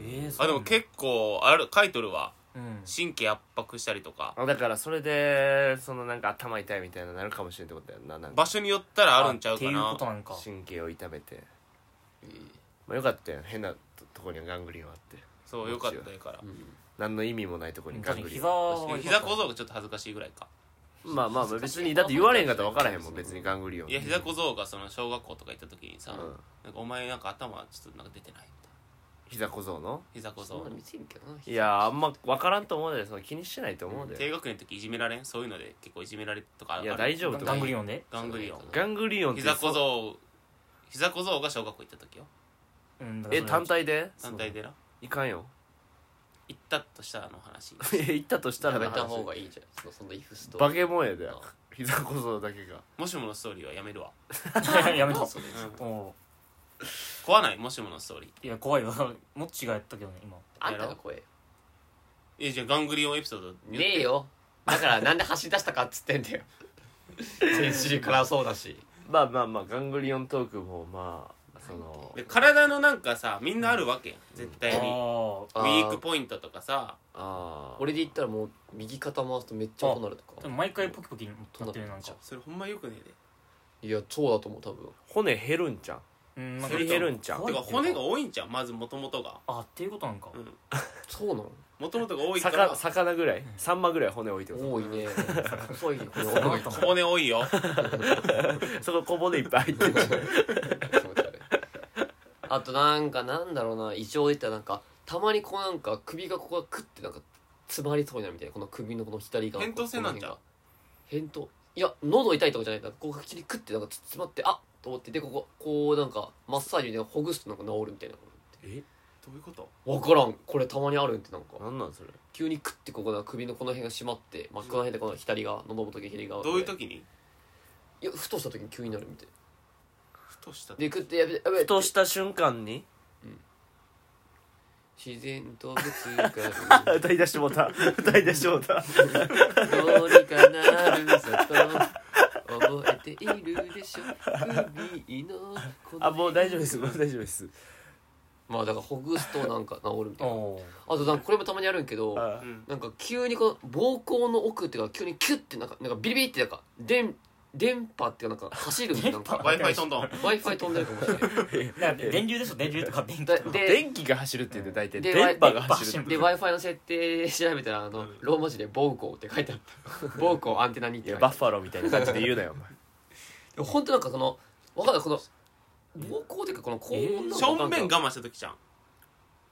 [SPEAKER 3] ええそう
[SPEAKER 2] あでも結構ある書いとるわ
[SPEAKER 3] うん
[SPEAKER 2] 神経圧迫したりとか
[SPEAKER 1] あだからそれでそのなんか頭痛いみたいなのなるかもしれんってことやんななんか
[SPEAKER 2] 場所によったらあるんちゃうか
[SPEAKER 3] っていう
[SPEAKER 2] な
[SPEAKER 3] ことなんか
[SPEAKER 1] 神経を痛めて、まあ、よかったよ変なととこにはガングリオンあって
[SPEAKER 2] そうよかったやから
[SPEAKER 1] 何の意味もないとこにガ
[SPEAKER 3] 確か
[SPEAKER 1] ング
[SPEAKER 3] に
[SPEAKER 1] リ
[SPEAKER 3] 膝
[SPEAKER 1] オン
[SPEAKER 3] は
[SPEAKER 2] 膝小僧がちょっと恥ずかしいぐらいか
[SPEAKER 1] まあまあまあ別にだって言われへんかったら分からへんもん別にガングリオン
[SPEAKER 2] いや膝小僧がその小学校とか行った時にさ、
[SPEAKER 1] うん
[SPEAKER 2] なんかお前なんか頭ちょっとなんか出てないみたいな
[SPEAKER 1] 膝小僧の
[SPEAKER 2] 膝小
[SPEAKER 4] そん
[SPEAKER 2] 僧
[SPEAKER 4] な見せるけどない
[SPEAKER 1] やあんま分からんと思うでその気にしてないと思うで
[SPEAKER 2] 低学年の時いじめられんそういうので結構いじめられとかある
[SPEAKER 1] いや大丈夫と
[SPEAKER 3] ガン
[SPEAKER 1] 思
[SPEAKER 3] グ
[SPEAKER 1] う
[SPEAKER 3] リオンで
[SPEAKER 2] ガングリオン
[SPEAKER 1] ガングリオンって
[SPEAKER 2] 膝小僧膝小僧が小学校行った時よ
[SPEAKER 3] うんだから
[SPEAKER 1] え
[SPEAKER 3] それは
[SPEAKER 1] 単体で
[SPEAKER 2] 単体でない
[SPEAKER 1] かんよ
[SPEAKER 2] 行ったとしたらの話
[SPEAKER 1] 行ったとしたら
[SPEAKER 4] や
[SPEAKER 1] の
[SPEAKER 4] め
[SPEAKER 1] 話
[SPEAKER 4] た方がいいじゃんそのそのイフスト
[SPEAKER 1] バケモンやで膝小僧だけが
[SPEAKER 2] もしものストーリーはやめるわ
[SPEAKER 3] やめた
[SPEAKER 4] それ
[SPEAKER 3] おお
[SPEAKER 2] 怖ないもしものストーリ
[SPEAKER 3] いや怖いよ もっちがやったけどね今
[SPEAKER 4] あんたの声
[SPEAKER 2] ーえじゃあガングリオンエピソード
[SPEAKER 4] ね
[SPEAKER 2] 言って
[SPEAKER 4] えよだからなんで走り出したかっつってんだよ先週からそうだし
[SPEAKER 1] まあまあまあガングリオントークもまあその
[SPEAKER 2] で体のなんかさみんなあるわけやん絶
[SPEAKER 3] あ
[SPEAKER 2] 対にウ
[SPEAKER 3] あ
[SPEAKER 4] あ
[SPEAKER 2] ィークポイントとかさ
[SPEAKER 1] ああ
[SPEAKER 4] 俺で言ったらもう右肩回すとめっちゃ音なると
[SPEAKER 3] で
[SPEAKER 4] か
[SPEAKER 3] も毎回ポキポキ取ってるなんか
[SPEAKER 2] それほんまよくねえで
[SPEAKER 4] いやそうだと思う多分
[SPEAKER 1] 骨減るんちゃ
[SPEAKER 3] うん
[SPEAKER 1] う
[SPEAKER 3] なん
[SPEAKER 1] す
[SPEAKER 3] か
[SPEAKER 1] り減るんちゃ
[SPEAKER 3] 怖
[SPEAKER 1] う
[SPEAKER 2] て
[SPEAKER 3] い
[SPEAKER 2] か骨が多いんじゃんまずもともとが
[SPEAKER 3] あっていうことなんか
[SPEAKER 4] そうなの
[SPEAKER 2] もともとが多いか
[SPEAKER 1] 魚
[SPEAKER 2] ら
[SPEAKER 1] 魚ぐらいサンマぐらい骨置いてま
[SPEAKER 4] 多いね細いねこれ
[SPEAKER 3] そう
[SPEAKER 4] 多い
[SPEAKER 3] と
[SPEAKER 2] 小骨多いよ
[SPEAKER 1] すそこ小骨いっぱい入ってる
[SPEAKER 4] 気持ち悪いあとなんかなんだろうな異常で言ったらなんかたまにこうなんか首がここがクッてなんか詰まりそうになるみたいなこの首のこの左側
[SPEAKER 2] 扁桃腺なんちゃう
[SPEAKER 4] 扁桃いや喉痛いとかじゃないなんかここが口にクッてなんか詰まってあっと思ってでこここうなんかマッサージでほぐすとなんか治るみたいな
[SPEAKER 2] どういうこと
[SPEAKER 4] 分からんこれたまにあるんってなんか
[SPEAKER 1] なんなんそれ
[SPEAKER 4] 急にクッてここが首のこの辺が締まって、まあ、この辺でこの左側喉元左側
[SPEAKER 2] どういう時に
[SPEAKER 4] いやふとした時に急になるみたい
[SPEAKER 2] ふとした
[SPEAKER 4] でクッてやべやべ
[SPEAKER 1] ふとした瞬間に
[SPEAKER 4] 自然とぶつかる
[SPEAKER 1] 歌い出してもうた歌い出してもうた
[SPEAKER 4] どうにかなるさと覚えているでしょ海のこの
[SPEAKER 1] あもう大丈夫ですもう大丈夫です
[SPEAKER 4] まあだからほぐすとなんか治るみたいな
[SPEAKER 3] おー
[SPEAKER 4] あとなんかこれもたまにあるんけど
[SPEAKER 1] あ
[SPEAKER 2] うん
[SPEAKER 4] なんか急にこの膀胱の奥っていうか急にキュッてなんかなんかビリビリってなんか電電波っていうなんか走るんでなんか
[SPEAKER 2] w i f i トントン
[SPEAKER 4] w i f i 飛んでるかもしれない
[SPEAKER 3] なんか電流でしょ電流とか電気と
[SPEAKER 4] だ
[SPEAKER 3] か
[SPEAKER 4] で
[SPEAKER 1] 電気が走るって言って大体
[SPEAKER 4] で
[SPEAKER 1] 電波が走る
[SPEAKER 4] で w i f i の設定調べたらあのローマ字で「暴行」って書いてあ った「暴行アンテナに」っ
[SPEAKER 1] い
[SPEAKER 4] て書
[SPEAKER 1] や
[SPEAKER 4] いてあ
[SPEAKER 1] バ
[SPEAKER 4] っ
[SPEAKER 1] ッファローみたいな感じで言うなよお前
[SPEAKER 4] た本当なんかそのわかんないこの暴行っていうかこの高音なの
[SPEAKER 2] 正
[SPEAKER 4] かな
[SPEAKER 2] 面
[SPEAKER 4] んか
[SPEAKER 2] 我慢した時ちゃん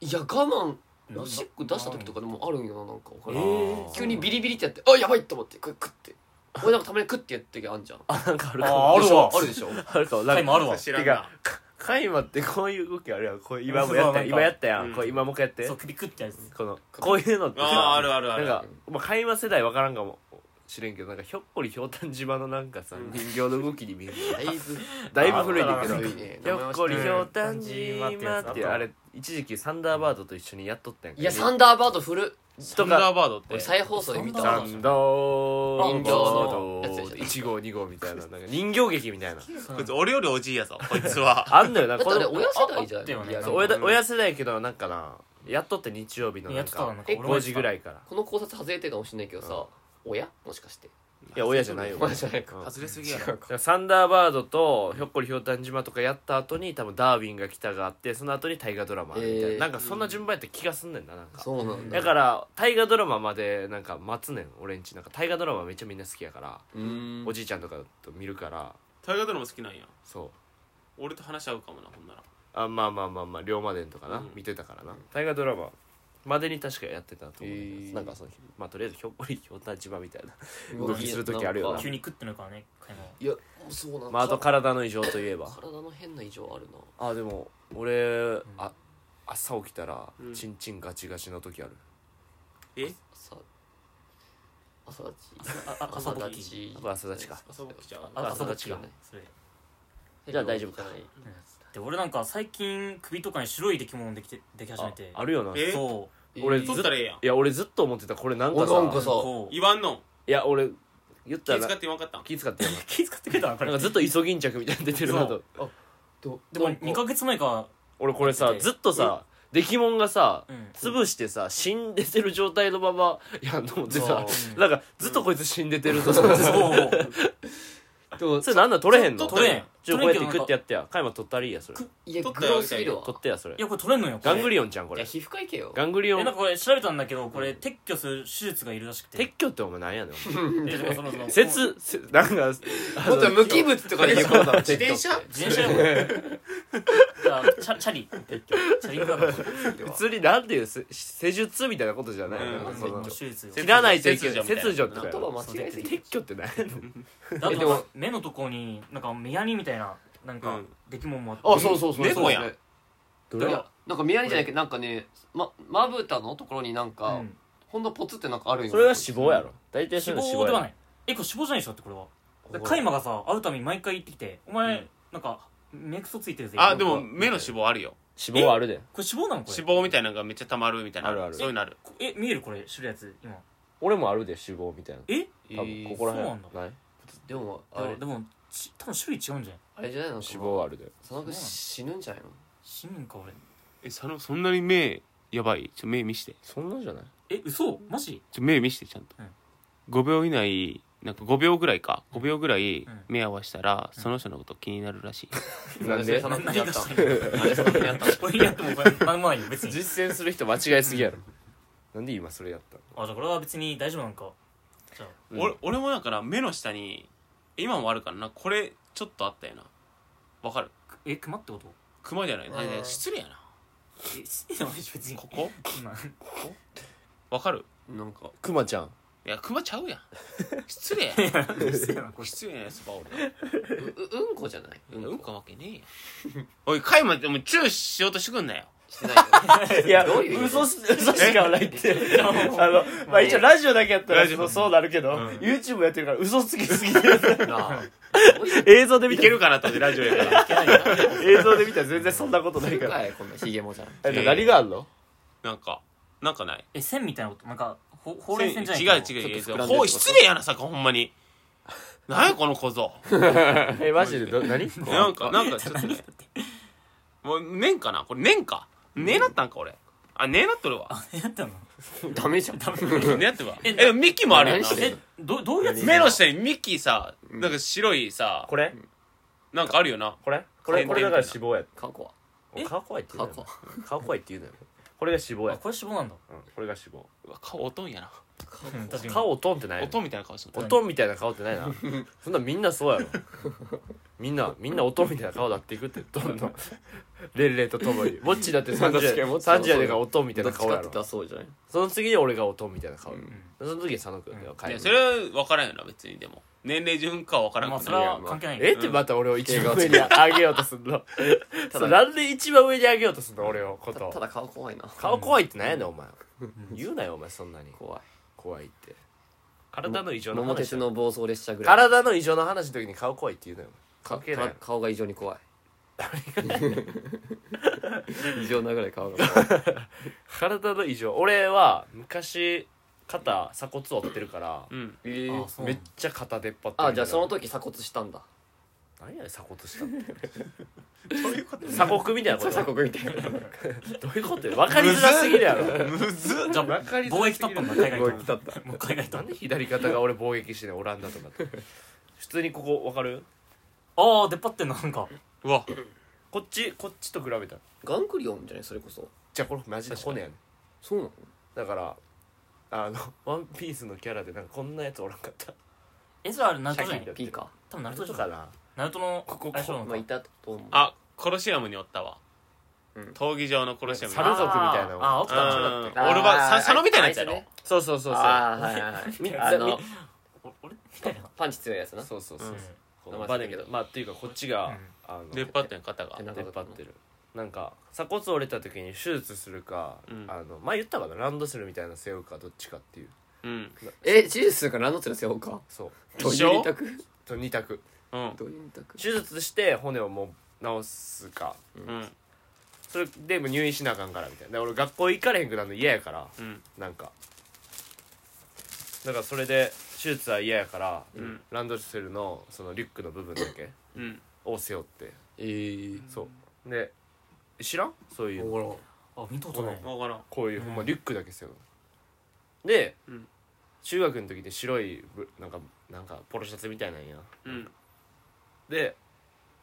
[SPEAKER 4] いや我慢おしっこ出した時とかでもあるんよななんかわからん
[SPEAKER 1] えー
[SPEAKER 4] 急にビリビリってやって「あやばい!」と思ってクックって俺なんかたまにクッてやった時あんじゃん
[SPEAKER 1] あなんかあるか
[SPEAKER 3] あーあるわ
[SPEAKER 4] あるでしょ
[SPEAKER 1] あるかもな
[SPEAKER 3] タイ
[SPEAKER 1] ん
[SPEAKER 3] ム
[SPEAKER 1] か
[SPEAKER 3] あるわ
[SPEAKER 2] 知らん
[SPEAKER 1] てか
[SPEAKER 2] な
[SPEAKER 1] 海馬ってこういう動きあるやんこう今もやった
[SPEAKER 3] そうそうなんか
[SPEAKER 1] やん今やったやん
[SPEAKER 2] うん
[SPEAKER 1] こう今もう一回やって
[SPEAKER 3] そう首くってやつ
[SPEAKER 1] このこういうのって
[SPEAKER 2] あーあるあるあ
[SPEAKER 1] なん
[SPEAKER 2] る
[SPEAKER 1] かまあ海馬世代わからんかもしれんけどなんかひょっこりひょうたん島のなんかさ
[SPEAKER 2] うん
[SPEAKER 1] 人形の動きに見える
[SPEAKER 4] だいぶ
[SPEAKER 1] だいぶ古いねんけど
[SPEAKER 4] 古い
[SPEAKER 1] ひょっこりひょうたん島
[SPEAKER 3] うん
[SPEAKER 1] っていうあれ一時期サンダーバードと一緒にやっとったやんか
[SPEAKER 4] いやサンダーバード古
[SPEAKER 2] サンダーバードっ
[SPEAKER 4] 俺
[SPEAKER 2] て
[SPEAKER 4] 再放送で見た
[SPEAKER 1] サ
[SPEAKER 4] わ
[SPEAKER 1] ンダーバード
[SPEAKER 4] 人形のやつでしょ
[SPEAKER 1] 1号2号みたいななんか人形劇みたい な
[SPEAKER 2] こいつ俺よりおじい やぞこいつは
[SPEAKER 1] あんのよな
[SPEAKER 4] だってあれ
[SPEAKER 1] この
[SPEAKER 4] 親世代じゃ
[SPEAKER 3] ああったよ
[SPEAKER 4] ん
[SPEAKER 3] ね
[SPEAKER 4] いや
[SPEAKER 1] そう親だ親世代やけどなんかなやっとって日曜日のな
[SPEAKER 3] や
[SPEAKER 1] ん
[SPEAKER 3] ってた
[SPEAKER 1] か
[SPEAKER 3] わなんか
[SPEAKER 4] え
[SPEAKER 1] 5時ぐら
[SPEAKER 3] い
[SPEAKER 1] いから
[SPEAKER 4] この考察外れてるかもしれないけどさ親もしかして
[SPEAKER 1] いや親じゃないよ
[SPEAKER 4] 親じゃないか
[SPEAKER 1] うん
[SPEAKER 2] 外れすぎやろ
[SPEAKER 1] だからサンダーバードとひょっこりひょうたん島とかやった後に多分ダーウィンが来たがあってその後に大河ドラマあるみたいな、
[SPEAKER 4] えー
[SPEAKER 1] なんかそんな順番やった気がすんねんななんか
[SPEAKER 4] そうなんだ
[SPEAKER 1] だから大河ドラマまでなんか待つねん俺んちなんか大河ドラマめっちゃみんな好きやから、
[SPEAKER 4] うーん
[SPEAKER 1] おじいちゃんとかと見るから
[SPEAKER 2] 大河ドラマ好きなんや
[SPEAKER 1] そう
[SPEAKER 2] 俺と話し合うかもなほんなら
[SPEAKER 1] あまあまあまあまあ龍馬伝とかな、
[SPEAKER 2] うん
[SPEAKER 1] 見てたからな大河ドラマまでに確かやってたと
[SPEAKER 4] へ
[SPEAKER 1] 思う、
[SPEAKER 4] ー
[SPEAKER 1] なんかそのまあとりあえずひょっこりひょうたん島みたいな
[SPEAKER 4] うわ
[SPEAKER 1] 動きする時あるよな
[SPEAKER 4] なんか
[SPEAKER 3] 急にくってのからね買い物
[SPEAKER 4] いやそうなんだ
[SPEAKER 1] まああと体の異常といえば
[SPEAKER 4] 体の変な異常あるな
[SPEAKER 1] あでも俺あ朝起きたら
[SPEAKER 2] うん
[SPEAKER 1] チンチンガチガチの時ある、
[SPEAKER 2] え
[SPEAKER 4] 朝朝立ち
[SPEAKER 3] ああ朝ぼき
[SPEAKER 4] ち
[SPEAKER 1] 僕朝立ちか
[SPEAKER 2] 朝起きちゃう
[SPEAKER 3] あ朝ぼ
[SPEAKER 1] ぼ
[SPEAKER 3] き
[SPEAKER 1] き
[SPEAKER 3] が
[SPEAKER 1] が
[SPEAKER 3] それ
[SPEAKER 1] じゃあ大丈夫か
[SPEAKER 4] ない
[SPEAKER 3] で俺なんか最近首とかに白い出来物できてでき始めて
[SPEAKER 1] ああるよな
[SPEAKER 2] え
[SPEAKER 3] そ
[SPEAKER 1] 俺
[SPEAKER 4] えー
[SPEAKER 1] ず
[SPEAKER 2] 取ったらええやん
[SPEAKER 1] いや俺ずっと思ってたこれなんかさ
[SPEAKER 4] おなん
[SPEAKER 3] う
[SPEAKER 4] かさ
[SPEAKER 3] こう
[SPEAKER 2] 言わんの
[SPEAKER 1] いや俺言っ
[SPEAKER 2] 気
[SPEAKER 1] た
[SPEAKER 2] 遣
[SPEAKER 1] ら
[SPEAKER 2] っ
[SPEAKER 1] な
[SPEAKER 2] て言わんかったん
[SPEAKER 1] 気使ってやな
[SPEAKER 3] 気使ってくれたのこ
[SPEAKER 1] な
[SPEAKER 3] れ
[SPEAKER 1] んかずっとイソギンチャクみたいに出てるなと
[SPEAKER 4] ど
[SPEAKER 3] でも
[SPEAKER 4] なんか
[SPEAKER 3] 2ヶ月前か
[SPEAKER 1] 俺これ
[SPEAKER 3] だ
[SPEAKER 1] さ
[SPEAKER 3] って
[SPEAKER 1] ずっとさ出来もんがさ
[SPEAKER 3] うん
[SPEAKER 1] 潰してさ死んでてる状態のままやんと思ってさ
[SPEAKER 3] そう
[SPEAKER 1] なんかずっとこいつ死んでてるとさ
[SPEAKER 3] そう
[SPEAKER 4] でも
[SPEAKER 1] それなんだ取れへんの
[SPEAKER 2] 取
[SPEAKER 3] 取れん
[SPEAKER 1] ちょこう
[SPEAKER 3] 取
[SPEAKER 1] やって
[SPEAKER 3] れんけどなんか
[SPEAKER 1] 食ってやってやカイマ取ったらいいやそれ取
[SPEAKER 4] いや
[SPEAKER 2] 取っ
[SPEAKER 4] グ
[SPEAKER 2] たら
[SPEAKER 4] ロすぎるわ
[SPEAKER 1] ってやそれ
[SPEAKER 3] いやこれ取れんのよこれ
[SPEAKER 1] ガングリオンちゃんこ
[SPEAKER 4] いや
[SPEAKER 1] れ
[SPEAKER 4] 皮膚科行けよ
[SPEAKER 1] ガングリオ
[SPEAKER 3] え
[SPEAKER 1] ン
[SPEAKER 3] なんかこれ調べたんだけどこれ撤去する手術がいるらしく
[SPEAKER 1] 撤
[SPEAKER 3] て
[SPEAKER 1] 去ってお前なんやねん
[SPEAKER 3] えだからそのその
[SPEAKER 1] 説せなんかあ
[SPEAKER 4] もっと
[SPEAKER 1] の
[SPEAKER 4] 無機物とかで言うことだ
[SPEAKER 2] 自転車
[SPEAKER 3] 自転車やもんじゃあチャチャリ撤去チャリンコだから
[SPEAKER 1] 普通になんていうせ施術みたいなことじゃない、
[SPEAKER 2] うん
[SPEAKER 1] なんかその
[SPEAKER 3] 手術よ
[SPEAKER 1] 切らないといけない
[SPEAKER 2] 切除
[SPEAKER 1] 切
[SPEAKER 2] みたい
[SPEAKER 1] 除っ
[SPEAKER 2] な
[SPEAKER 1] てか
[SPEAKER 4] 言葉間違えすぎ
[SPEAKER 1] 撤去って何やねん
[SPEAKER 3] だって
[SPEAKER 4] でも
[SPEAKER 3] 目のとこになんか目やりみたいななん
[SPEAKER 2] う
[SPEAKER 3] か
[SPEAKER 2] ん
[SPEAKER 3] 出来物もあって
[SPEAKER 4] あそうそうそう
[SPEAKER 2] 猫やん
[SPEAKER 4] そうね
[SPEAKER 1] ど
[SPEAKER 4] いやなんか見やりじゃないけどなんかねままぶたのところになんか
[SPEAKER 3] うん
[SPEAKER 4] ほんのポツってなんかあるんよ
[SPEAKER 1] それは脂肪やろ大体そう
[SPEAKER 3] 脂
[SPEAKER 1] いうの
[SPEAKER 3] 肪ではないいえこれ脂肪じゃないでしょってこれはだからカイマがさ会うたびに毎回言ってきて「お前、
[SPEAKER 2] うん
[SPEAKER 3] なんか目くそついてるぜ」
[SPEAKER 2] あでも目の脂肪あるよ
[SPEAKER 1] 脂肪はあるで
[SPEAKER 3] これ脂肪なのこれ
[SPEAKER 2] 脂肪みたいなのがめっちゃたまるみたいな
[SPEAKER 1] あるある
[SPEAKER 2] そういうのある
[SPEAKER 3] こえ見えるこれ知るやつ今
[SPEAKER 1] 俺もあるで脂肪みたいな
[SPEAKER 3] え
[SPEAKER 4] えー
[SPEAKER 1] 多分ここら
[SPEAKER 3] そうなん
[SPEAKER 1] 辺
[SPEAKER 3] だ
[SPEAKER 1] ない
[SPEAKER 4] でもあ
[SPEAKER 3] あ
[SPEAKER 4] れ
[SPEAKER 3] でもち多分種類違うんじゃない
[SPEAKER 4] あれじゃないの
[SPEAKER 1] 脂肪はあるで
[SPEAKER 4] 佐野くん死ぬんじゃないの
[SPEAKER 3] 死ぬんか俺
[SPEAKER 2] え佐野そんなに目やばいちょ目見して
[SPEAKER 1] そんなんじゃない
[SPEAKER 3] え嘘マジ
[SPEAKER 2] ちょ目見してちゃんと、
[SPEAKER 3] うん
[SPEAKER 2] 5秒以内なんか5秒ぐらいか5秒ぐらい
[SPEAKER 3] うん
[SPEAKER 2] 目合わせたら、その人のこと気になるらしい、
[SPEAKER 1] なんで
[SPEAKER 4] 佐野くん
[SPEAKER 3] 何
[SPEAKER 4] やっ
[SPEAKER 3] が
[SPEAKER 4] た
[SPEAKER 3] したいの
[SPEAKER 4] あれ佐野くんやった
[SPEAKER 3] 俺にやってもこれ何もないよ別に
[SPEAKER 1] 実践する人間違いすぎや ろなんで今それやったの
[SPEAKER 3] あじゃあこれは別に大丈夫なんかじゃあ
[SPEAKER 1] うん
[SPEAKER 2] 俺俺もだから目の下に今もあるからなこれちょっとあったよなわかる
[SPEAKER 3] くえ熊ってこと
[SPEAKER 2] クマじゃない、
[SPEAKER 4] うん
[SPEAKER 2] あいや失礼やな
[SPEAKER 3] え死ぬの別に
[SPEAKER 2] ここ
[SPEAKER 3] 今
[SPEAKER 2] わかる
[SPEAKER 4] なんか
[SPEAKER 1] クマちゃん
[SPEAKER 2] いやクマちゃうやん失礼や
[SPEAKER 3] 嘘やなこ
[SPEAKER 2] こ
[SPEAKER 3] れ
[SPEAKER 2] れ失礼なやつば俺
[SPEAKER 4] うううんこじゃない
[SPEAKER 2] うんうんかわけねえやおい海馬でもチューしようとしてくんなよ
[SPEAKER 4] してないよ
[SPEAKER 1] いや
[SPEAKER 4] どういう意味
[SPEAKER 1] 嘘し嘘しかないってあの、まあ、一応ラジオだけやった
[SPEAKER 2] ラ
[SPEAKER 1] ら
[SPEAKER 2] ジオ
[SPEAKER 1] そうそうなるけど、
[SPEAKER 2] ん
[SPEAKER 1] YouTube やってるから嘘つきすぎて
[SPEAKER 4] なあ
[SPEAKER 1] 映像で見
[SPEAKER 2] い
[SPEAKER 1] た
[SPEAKER 2] け
[SPEAKER 1] ら
[SPEAKER 2] るかなと思ってラジオやから
[SPEAKER 3] いけないな
[SPEAKER 1] 映像で見たら全然そんなことない
[SPEAKER 4] 何
[SPEAKER 1] から
[SPEAKER 4] かいこんなヒゲもじゃん
[SPEAKER 1] え何があんの
[SPEAKER 2] なんかなんかない
[SPEAKER 3] え線みたいなことなんかほほうれい線じゃない
[SPEAKER 2] 違う
[SPEAKER 3] う
[SPEAKER 2] 違う違う
[SPEAKER 1] ちょっと膨らんでる
[SPEAKER 2] こう失礼やなさかほんまになんやこの小僧
[SPEAKER 1] えマジでど何
[SPEAKER 2] なんかなんかちょっとねもう年かなこれ年か年なったんか俺あ年なっとるわ
[SPEAKER 3] やったの
[SPEAKER 4] ダメじゃんダメ
[SPEAKER 2] ねやってば え
[SPEAKER 3] え
[SPEAKER 2] でもミキもあるよな
[SPEAKER 4] 何してん
[SPEAKER 3] えどどういうやつ
[SPEAKER 2] 目の下にミキさなんか白いさ
[SPEAKER 1] これ
[SPEAKER 2] なんかあるよな
[SPEAKER 1] これこれこれだから脂肪や
[SPEAKER 4] 過去は
[SPEAKER 3] え
[SPEAKER 1] 顔怖いって言うなよ
[SPEAKER 4] 顔
[SPEAKER 1] 顔怖いって言うなよこれが脂肪
[SPEAKER 3] あ
[SPEAKER 1] や
[SPEAKER 3] これ脂肪なんだ
[SPEAKER 1] うんこれが脂
[SPEAKER 2] うわ顔おとんやな
[SPEAKER 3] うん確か
[SPEAKER 1] 肪
[SPEAKER 3] に
[SPEAKER 1] 顔をとんってない
[SPEAKER 2] おとんみたいな顔して
[SPEAKER 1] お
[SPEAKER 2] る
[SPEAKER 1] とんみたいな顔ってないなそんなみんなそうやろみんなみんなおとんみたいな顔だっていくってどんどんレンレンとともにウォッチーだって30
[SPEAKER 4] 確かにウォッチーもそう
[SPEAKER 1] 30やでがおとんみたい
[SPEAKER 4] ど
[SPEAKER 1] な
[SPEAKER 4] っち
[SPEAKER 1] 顔
[SPEAKER 4] か
[SPEAKER 1] や
[SPEAKER 4] って言った
[SPEAKER 1] ろ
[SPEAKER 4] らそうじゃない
[SPEAKER 1] その次に俺がおとんみたいな顔
[SPEAKER 4] うん
[SPEAKER 1] その時に佐野君だよ
[SPEAKER 3] うん
[SPEAKER 1] 帰
[SPEAKER 2] い
[SPEAKER 1] る
[SPEAKER 2] やそれは分からんよな別にでも年齢順かは分からん
[SPEAKER 3] まあ
[SPEAKER 2] け
[SPEAKER 3] そ
[SPEAKER 2] ど
[SPEAKER 3] れは関係ない
[SPEAKER 1] えってまた俺を一番上に上げようとすんのそうなんで一番上に上げようとすんの俺をこ
[SPEAKER 4] たた
[SPEAKER 1] と
[SPEAKER 4] だ顔怖いな
[SPEAKER 1] 顔怖いってなんやねんお前言うなよお前そんなに
[SPEAKER 4] 怖い
[SPEAKER 1] 怖いって体の異常の
[SPEAKER 4] 桃
[SPEAKER 1] 話
[SPEAKER 4] 鉄
[SPEAKER 1] だ
[SPEAKER 4] の暴走列車ぐらい
[SPEAKER 1] 体の異常の話の時に顔怖いって言うのよ
[SPEAKER 4] か
[SPEAKER 1] 関係ない
[SPEAKER 4] か顔が異常に怖い異常なぐらい顔が 怖い
[SPEAKER 1] 体の異常俺は昔肩鎖骨折ってるから
[SPEAKER 2] うん
[SPEAKER 4] え
[SPEAKER 3] ーそう
[SPEAKER 1] めっちゃ肩出っ張ってる
[SPEAKER 4] あじゃあその時鎖骨したんだ
[SPEAKER 1] 何やねん鎖骨したって
[SPEAKER 2] どういうこと
[SPEAKER 1] 鎖骨みたいなこと
[SPEAKER 4] 鎖骨みたいな
[SPEAKER 1] どういうことよ分かりづらすぎるやろ
[SPEAKER 2] むずっ
[SPEAKER 3] じゃあ
[SPEAKER 1] 分かりづ
[SPEAKER 3] 貿
[SPEAKER 1] ら
[SPEAKER 3] 易
[SPEAKER 1] す
[SPEAKER 3] 取
[SPEAKER 1] ぎ
[SPEAKER 3] ったん
[SPEAKER 1] る
[SPEAKER 3] だ海外
[SPEAKER 4] こう来
[SPEAKER 3] と
[SPEAKER 4] たった
[SPEAKER 3] もう海外と
[SPEAKER 1] なんで左肩が俺貿易してんねんオランダとかって普通にここ分かる
[SPEAKER 3] ああ出っ張ってんのなんか
[SPEAKER 2] うわ
[SPEAKER 1] こっちこっちと比べたら
[SPEAKER 4] ガンクリオンじゃないそれこそ
[SPEAKER 1] じゃあこれマジで骨やねん
[SPEAKER 4] そうなの
[SPEAKER 1] だからあの「ワンピースのキャラでなんかこんなやつおらんかった
[SPEAKER 3] えそれあれナルトじゃな
[SPEAKER 1] シャキ
[SPEAKER 3] い
[SPEAKER 1] ッ
[SPEAKER 4] ピーか
[SPEAKER 3] 多分ナルトじゃな
[SPEAKER 1] か
[SPEAKER 3] い
[SPEAKER 1] な
[SPEAKER 3] ナルトの
[SPEAKER 1] ここ
[SPEAKER 3] 相性なの
[SPEAKER 4] ま
[SPEAKER 3] か
[SPEAKER 4] あいたと思う
[SPEAKER 2] あコロシアムにおったわ
[SPEAKER 4] うん
[SPEAKER 2] 闘技場のコロシアムに
[SPEAKER 1] 猿族みたいな
[SPEAKER 3] あーあおったな
[SPEAKER 1] う
[SPEAKER 2] う
[SPEAKER 1] ん
[SPEAKER 2] ん
[SPEAKER 4] あー
[SPEAKER 2] 俺はさ佐野みたいなやつや
[SPEAKER 4] あ
[SPEAKER 2] ろ
[SPEAKER 4] い
[SPEAKER 1] そうそうそうそう
[SPEAKER 4] あーはいはい はい
[SPEAKER 1] み
[SPEAKER 4] あの
[SPEAKER 3] お俺みたいな
[SPEAKER 4] パンチ強いやつな
[SPEAKER 1] そうそうそううんこ
[SPEAKER 4] 名
[SPEAKER 1] う
[SPEAKER 4] 前
[SPEAKER 1] バ
[SPEAKER 4] 知っ
[SPEAKER 1] ネ
[SPEAKER 4] てるけ
[SPEAKER 1] け
[SPEAKER 4] ど
[SPEAKER 1] どまあっていうかこっちが、
[SPEAKER 3] うん
[SPEAKER 1] あの
[SPEAKER 2] 出っ張ってん肩が
[SPEAKER 4] えなんか
[SPEAKER 1] 出っ張ってるなんか鎖骨折れた時に手術するか、
[SPEAKER 2] うん
[SPEAKER 1] あの前言ったかなランドセルみたいなの背負うかどっちかっていう
[SPEAKER 2] うん
[SPEAKER 4] え手術するから何のつらせようか
[SPEAKER 1] そう
[SPEAKER 4] どういう二択
[SPEAKER 1] と2択
[SPEAKER 2] うん
[SPEAKER 4] どういう二択
[SPEAKER 1] 手術して骨をもう治すか
[SPEAKER 2] うん
[SPEAKER 1] それでも入院しなあかんからみたいなで俺学校行かれへんくなるの嫌やから
[SPEAKER 2] うん
[SPEAKER 1] なんかだからそれで手術は嫌やから、
[SPEAKER 2] うん
[SPEAKER 1] ランドセルのそのリュックの部分だけ
[SPEAKER 2] うん
[SPEAKER 1] を背負って
[SPEAKER 4] えー
[SPEAKER 1] そうで知らんそういうの
[SPEAKER 4] ほら
[SPEAKER 3] あ見たことない
[SPEAKER 2] 分からん
[SPEAKER 1] こういう、
[SPEAKER 3] うん
[SPEAKER 1] ほんまリュックだけですよで、
[SPEAKER 2] うん
[SPEAKER 1] 中学の時で白いブなんかなんかポロシャツみたいなんや
[SPEAKER 2] うん
[SPEAKER 1] で、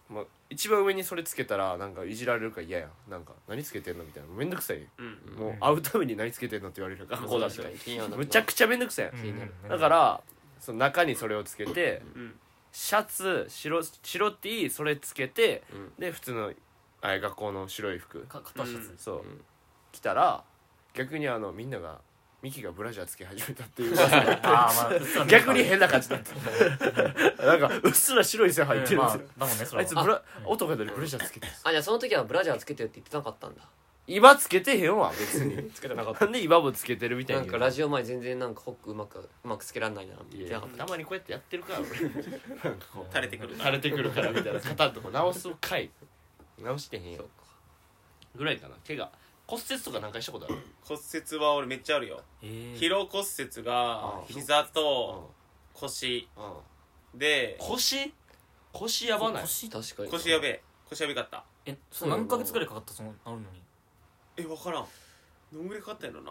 [SPEAKER 1] まあ、一番上にそれつけたらなんかいじられるから嫌やんなんか何つけてんのみたいなめんどくさい、
[SPEAKER 2] うん
[SPEAKER 1] もう会うために何つけてんのって言われるから学校だし
[SPEAKER 4] 確かに気にはなる
[SPEAKER 1] むちゃくちゃめんどくさいやん、
[SPEAKER 4] になる
[SPEAKER 1] だからその中にそれをつけて
[SPEAKER 2] うん
[SPEAKER 1] シャツ白白 T それつけて、
[SPEAKER 4] うん
[SPEAKER 1] で普通のあ学校の白い服
[SPEAKER 3] か片足つ
[SPEAKER 1] そう、
[SPEAKER 4] ん
[SPEAKER 1] 来たら逆にあのみんながミキがブラジャーつけ始めたっていう噂が
[SPEAKER 3] ああまあうっすら見えた
[SPEAKER 1] 逆に変な感じだった なんかうっすら白い線入ってるんですよ、
[SPEAKER 3] まあだもんねそ
[SPEAKER 1] あ
[SPEAKER 3] れ
[SPEAKER 1] いつ
[SPEAKER 3] は
[SPEAKER 1] ブラ男やのにブラジャーつけてる
[SPEAKER 4] あじゃあその時はブラジャーつけてるって言ってなかったんだ
[SPEAKER 1] 今つけてへんわ別 に
[SPEAKER 3] つけてなかった
[SPEAKER 1] なんで今もつけてるみたい
[SPEAKER 4] な
[SPEAKER 1] に
[SPEAKER 4] ん
[SPEAKER 1] 言
[SPEAKER 4] か
[SPEAKER 1] う
[SPEAKER 4] ラジオ前全然なんかホックうまくうまくつけらんないなって言っ
[SPEAKER 1] い
[SPEAKER 4] てな
[SPEAKER 1] や
[SPEAKER 4] かった
[SPEAKER 1] たまにこうやってやってるから俺
[SPEAKER 2] 垂れてくる
[SPEAKER 1] 垂れてくるからみたいな肩のとこ直すかい直してへんよぐらいかな怪我骨折とか何回したことある
[SPEAKER 2] 骨折は俺めっちゃあるよ
[SPEAKER 3] えー
[SPEAKER 2] 疲労骨折が
[SPEAKER 1] あ
[SPEAKER 2] 膝と腰
[SPEAKER 1] うん
[SPEAKER 2] で
[SPEAKER 1] 腰腰やばない
[SPEAKER 3] 腰
[SPEAKER 4] 確かに
[SPEAKER 2] 腰やべえ腰やべかった
[SPEAKER 3] えそれ何ヶ月ぐらいかかったそのあるのに
[SPEAKER 2] え分からんどんぐらいかかったんやろ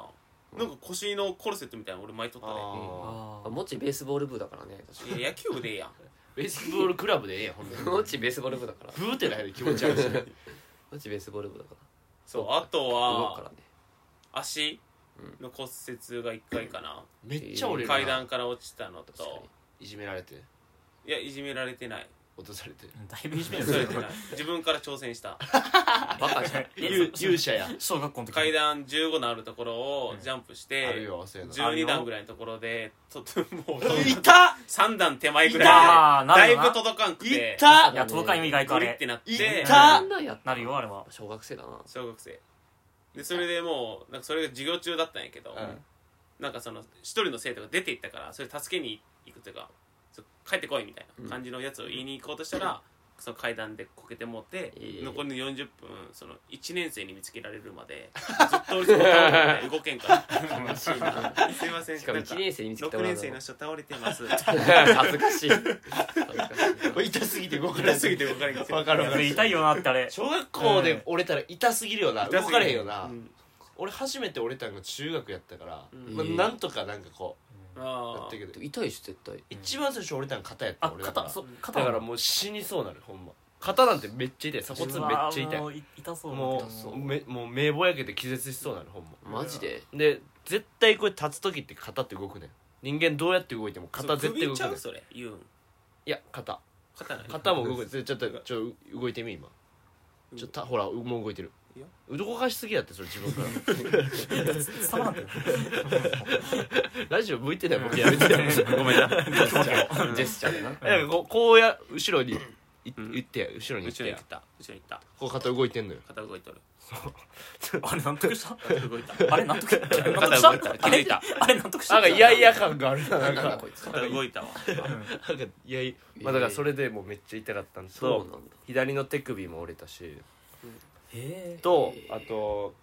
[SPEAKER 2] ななんか腰のコルセットみたいなの俺巻いとったね
[SPEAKER 1] あ
[SPEAKER 3] あ
[SPEAKER 4] あもちベースボール部だからね確か
[SPEAKER 2] いや野球部でええやん
[SPEAKER 1] ーベースボールクラブでええやんほん
[SPEAKER 4] にもちベースボール部だから
[SPEAKER 1] ブーってないで気持ち悪 いし
[SPEAKER 4] もちベースボール部だか
[SPEAKER 2] そうあと
[SPEAKER 4] ら動くから
[SPEAKER 2] は
[SPEAKER 4] ね
[SPEAKER 2] 足の骨折が1回かな
[SPEAKER 1] めっちゃ俺
[SPEAKER 2] 階段から落ちたの
[SPEAKER 4] 確か
[SPEAKER 2] と
[SPEAKER 4] に
[SPEAKER 1] いじめられて
[SPEAKER 2] いやいじめられてない
[SPEAKER 1] 落とされて
[SPEAKER 3] だいぶいじめる
[SPEAKER 2] それてない自分から挑戦した
[SPEAKER 4] バカじゃん
[SPEAKER 1] 勇勇者や
[SPEAKER 3] 小学校の時
[SPEAKER 2] 階段15のあるところをジャンプし
[SPEAKER 1] ある
[SPEAKER 2] て
[SPEAKER 1] よそういうの
[SPEAKER 2] 12段ぐらいのところでともうた3段手前ぐら
[SPEAKER 3] あ
[SPEAKER 2] いで
[SPEAKER 3] ーな
[SPEAKER 2] だ
[SPEAKER 3] る
[SPEAKER 2] い
[SPEAKER 3] な
[SPEAKER 2] ぶ届かんくて
[SPEAKER 3] いや届かんよ意外
[SPEAKER 2] グ
[SPEAKER 3] とあ
[SPEAKER 2] リっ
[SPEAKER 3] れ
[SPEAKER 2] てなって
[SPEAKER 1] い
[SPEAKER 4] そんなんやった
[SPEAKER 3] なるよあれは
[SPEAKER 4] 小学生だな
[SPEAKER 2] 小学生でそれでもうなんかそれが授業中だったんやけど、
[SPEAKER 1] うん
[SPEAKER 2] なんかその一人の生徒が出て行ったからそれ助けに行くというかそう帰ってこいみたいな感じのやつを言いに行こうとしたら、その階段でこけてもって、
[SPEAKER 4] ええ
[SPEAKER 2] 残りの40分その1年生に見つけられるまでずっと俺その倒 れて動けんから
[SPEAKER 4] 悲しいな
[SPEAKER 2] すいません
[SPEAKER 4] しかも
[SPEAKER 2] なん
[SPEAKER 4] 1年生に見つけて
[SPEAKER 2] 6
[SPEAKER 4] もらう
[SPEAKER 2] 年
[SPEAKER 4] の
[SPEAKER 2] 生の人倒れて ます
[SPEAKER 4] 恥ずかしい恥ずかしい
[SPEAKER 1] 痛すぎて動か
[SPEAKER 2] 辛すぎて動かれんけど
[SPEAKER 1] わかるわか
[SPEAKER 3] いや
[SPEAKER 1] る
[SPEAKER 3] 痛いよなってあれ
[SPEAKER 1] 小学校で折れたら痛すぎるよな動かれへんよな
[SPEAKER 2] うん
[SPEAKER 1] 俺初めて折れたんが中学やったから、
[SPEAKER 2] うん
[SPEAKER 1] まあ、なんとかなんかこうや
[SPEAKER 2] あ
[SPEAKER 1] っ
[SPEAKER 2] あ
[SPEAKER 1] たけど
[SPEAKER 4] 痛いし 絶対
[SPEAKER 1] 一番最初折れたん肩やった
[SPEAKER 3] あ
[SPEAKER 1] 俺だか
[SPEAKER 3] 肩
[SPEAKER 1] ら
[SPEAKER 3] そう肩
[SPEAKER 1] だからもう死にそうなるほんま肩なんてめっちゃ痛い鎖骨めっちゃ痛い
[SPEAKER 3] い痛そう
[SPEAKER 1] も
[SPEAKER 3] 痛そう
[SPEAKER 1] めもう目ぼやけて気絶しそうなのほんま
[SPEAKER 4] マジで
[SPEAKER 1] で絶対これ立つ時って肩って動くねん人間どうやって動いても肩絶対
[SPEAKER 2] 首
[SPEAKER 1] 動く
[SPEAKER 2] ちゃ
[SPEAKER 1] ねん
[SPEAKER 2] う
[SPEAKER 1] い
[SPEAKER 2] それ言うん
[SPEAKER 1] や肩
[SPEAKER 2] 肩ない
[SPEAKER 1] 肩も動 くちょちょっとちょ動いてみ今ちょたほらもう動いてる
[SPEAKER 2] いいよ
[SPEAKER 1] 動かしすぎやってそれ自分から
[SPEAKER 3] 伝わ らんて
[SPEAKER 1] ラジオ向いてない僕やめ てごめんな
[SPEAKER 4] ジェスチャーでな
[SPEAKER 1] なんかこうこうや後ろにい
[SPEAKER 2] うん
[SPEAKER 1] 行ってや後ろに行っ
[SPEAKER 2] 後
[SPEAKER 1] て
[SPEAKER 2] ろに
[SPEAKER 1] や
[SPEAKER 2] 行った後ろに行った
[SPEAKER 1] こう肩動いてんのよ
[SPEAKER 2] 肩動いとる
[SPEAKER 3] あれ納得した
[SPEAKER 2] 肩動いた
[SPEAKER 3] あれ納得した納得
[SPEAKER 2] 肩動いた
[SPEAKER 3] した
[SPEAKER 2] 気づいた
[SPEAKER 3] あれ納得した
[SPEAKER 1] なんかいやいや感があるなな
[SPEAKER 4] なんんだ
[SPEAKER 1] か
[SPEAKER 4] こいつ
[SPEAKER 2] 肩動い たわ
[SPEAKER 1] なんかいやいまあだからそれでもうめっちゃ痛かったんです
[SPEAKER 4] そう
[SPEAKER 1] と
[SPEAKER 4] なんだ
[SPEAKER 1] 左の手首も折れたし
[SPEAKER 3] へえ
[SPEAKER 1] とあと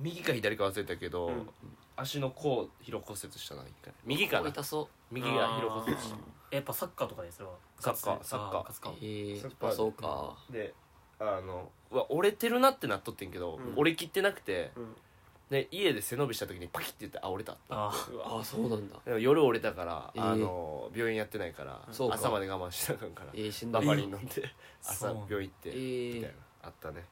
[SPEAKER 1] 右か左か忘れたけど、
[SPEAKER 2] うん
[SPEAKER 1] 足の甲広骨折したな一回右かな
[SPEAKER 4] 痛そう
[SPEAKER 1] 右が広骨折し
[SPEAKER 3] やっぱサッカーとかですよ
[SPEAKER 1] サッカーサッカ
[SPEAKER 3] ガ
[SPEAKER 1] ー
[SPEAKER 3] ツガツか
[SPEAKER 4] へえ
[SPEAKER 1] そっか
[SPEAKER 4] そうか
[SPEAKER 1] たであのうわ折れてるなってなっとってんけど、
[SPEAKER 2] うん
[SPEAKER 1] 折れきってなくて
[SPEAKER 2] うん
[SPEAKER 1] で家で背伸びした時にパキって言ってあ折れたって
[SPEAKER 3] あー
[SPEAKER 2] うわ
[SPEAKER 4] あそうなんだ
[SPEAKER 1] でも夜折れたから、
[SPEAKER 4] えー
[SPEAKER 1] あの病院やってないから
[SPEAKER 4] そうか
[SPEAKER 1] 朝まで我慢してなあかんから
[SPEAKER 4] えー、死んだ
[SPEAKER 1] バファリ
[SPEAKER 4] え
[SPEAKER 1] ン飲んで朝
[SPEAKER 3] そう
[SPEAKER 1] 病院行って、みたい
[SPEAKER 4] ー
[SPEAKER 1] な、あったね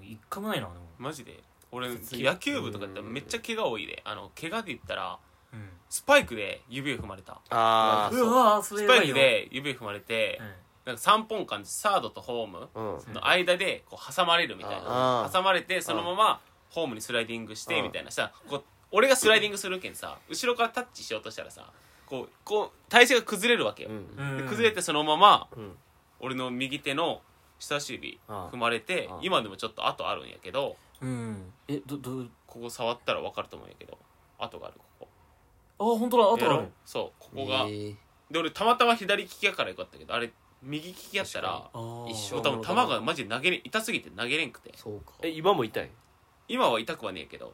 [SPEAKER 3] 俺一回もないなでも
[SPEAKER 2] マジで俺
[SPEAKER 3] 普通
[SPEAKER 2] 野球部とかやったらめっちゃ怪我多いであの怪我で言ったら
[SPEAKER 3] うん
[SPEAKER 2] スパイクで指を踏まれた
[SPEAKER 1] あ
[SPEAKER 3] うわーそれ
[SPEAKER 2] ス
[SPEAKER 3] や
[SPEAKER 2] パ
[SPEAKER 3] ば
[SPEAKER 2] イ
[SPEAKER 3] い
[SPEAKER 2] ク
[SPEAKER 3] よ
[SPEAKER 2] で指を踏まれて
[SPEAKER 3] うん
[SPEAKER 2] なんか3本間サードとホーム
[SPEAKER 1] うん
[SPEAKER 2] の間でこう挟まれるみたい
[SPEAKER 1] あ
[SPEAKER 2] な
[SPEAKER 1] ー
[SPEAKER 2] 挟まれてそのままホームにスライディングし
[SPEAKER 1] う
[SPEAKER 2] て
[SPEAKER 1] ん
[SPEAKER 2] みたいなさこう俺がスライディングするけんさ後ろからタッチしようとしたらさこうこう体勢が崩れるわけよ
[SPEAKER 1] う
[SPEAKER 2] で
[SPEAKER 1] ん
[SPEAKER 3] うん
[SPEAKER 2] 崩れてそのまま
[SPEAKER 1] うん
[SPEAKER 2] 俺の右手の人差し指
[SPEAKER 1] あ
[SPEAKER 2] 踏まれて
[SPEAKER 1] あー
[SPEAKER 2] 今でもちょっと跡あるんやけど
[SPEAKER 3] うんえどどう
[SPEAKER 2] ここ触ったら分かると思うんやけど跡があるここ
[SPEAKER 3] あ本当だあ
[SPEAKER 2] や
[SPEAKER 3] とあ
[SPEAKER 2] ろ
[SPEAKER 3] る
[SPEAKER 2] そうここが
[SPEAKER 4] ー
[SPEAKER 2] で俺たまたま左利きやからよかったけどあれ右利きやったら
[SPEAKER 3] あー
[SPEAKER 4] 一緒
[SPEAKER 2] もう多分球がマジで投げれ痛すぎて投げれんくて
[SPEAKER 4] そうか
[SPEAKER 1] え今も痛い
[SPEAKER 2] 今は痛くはねえけど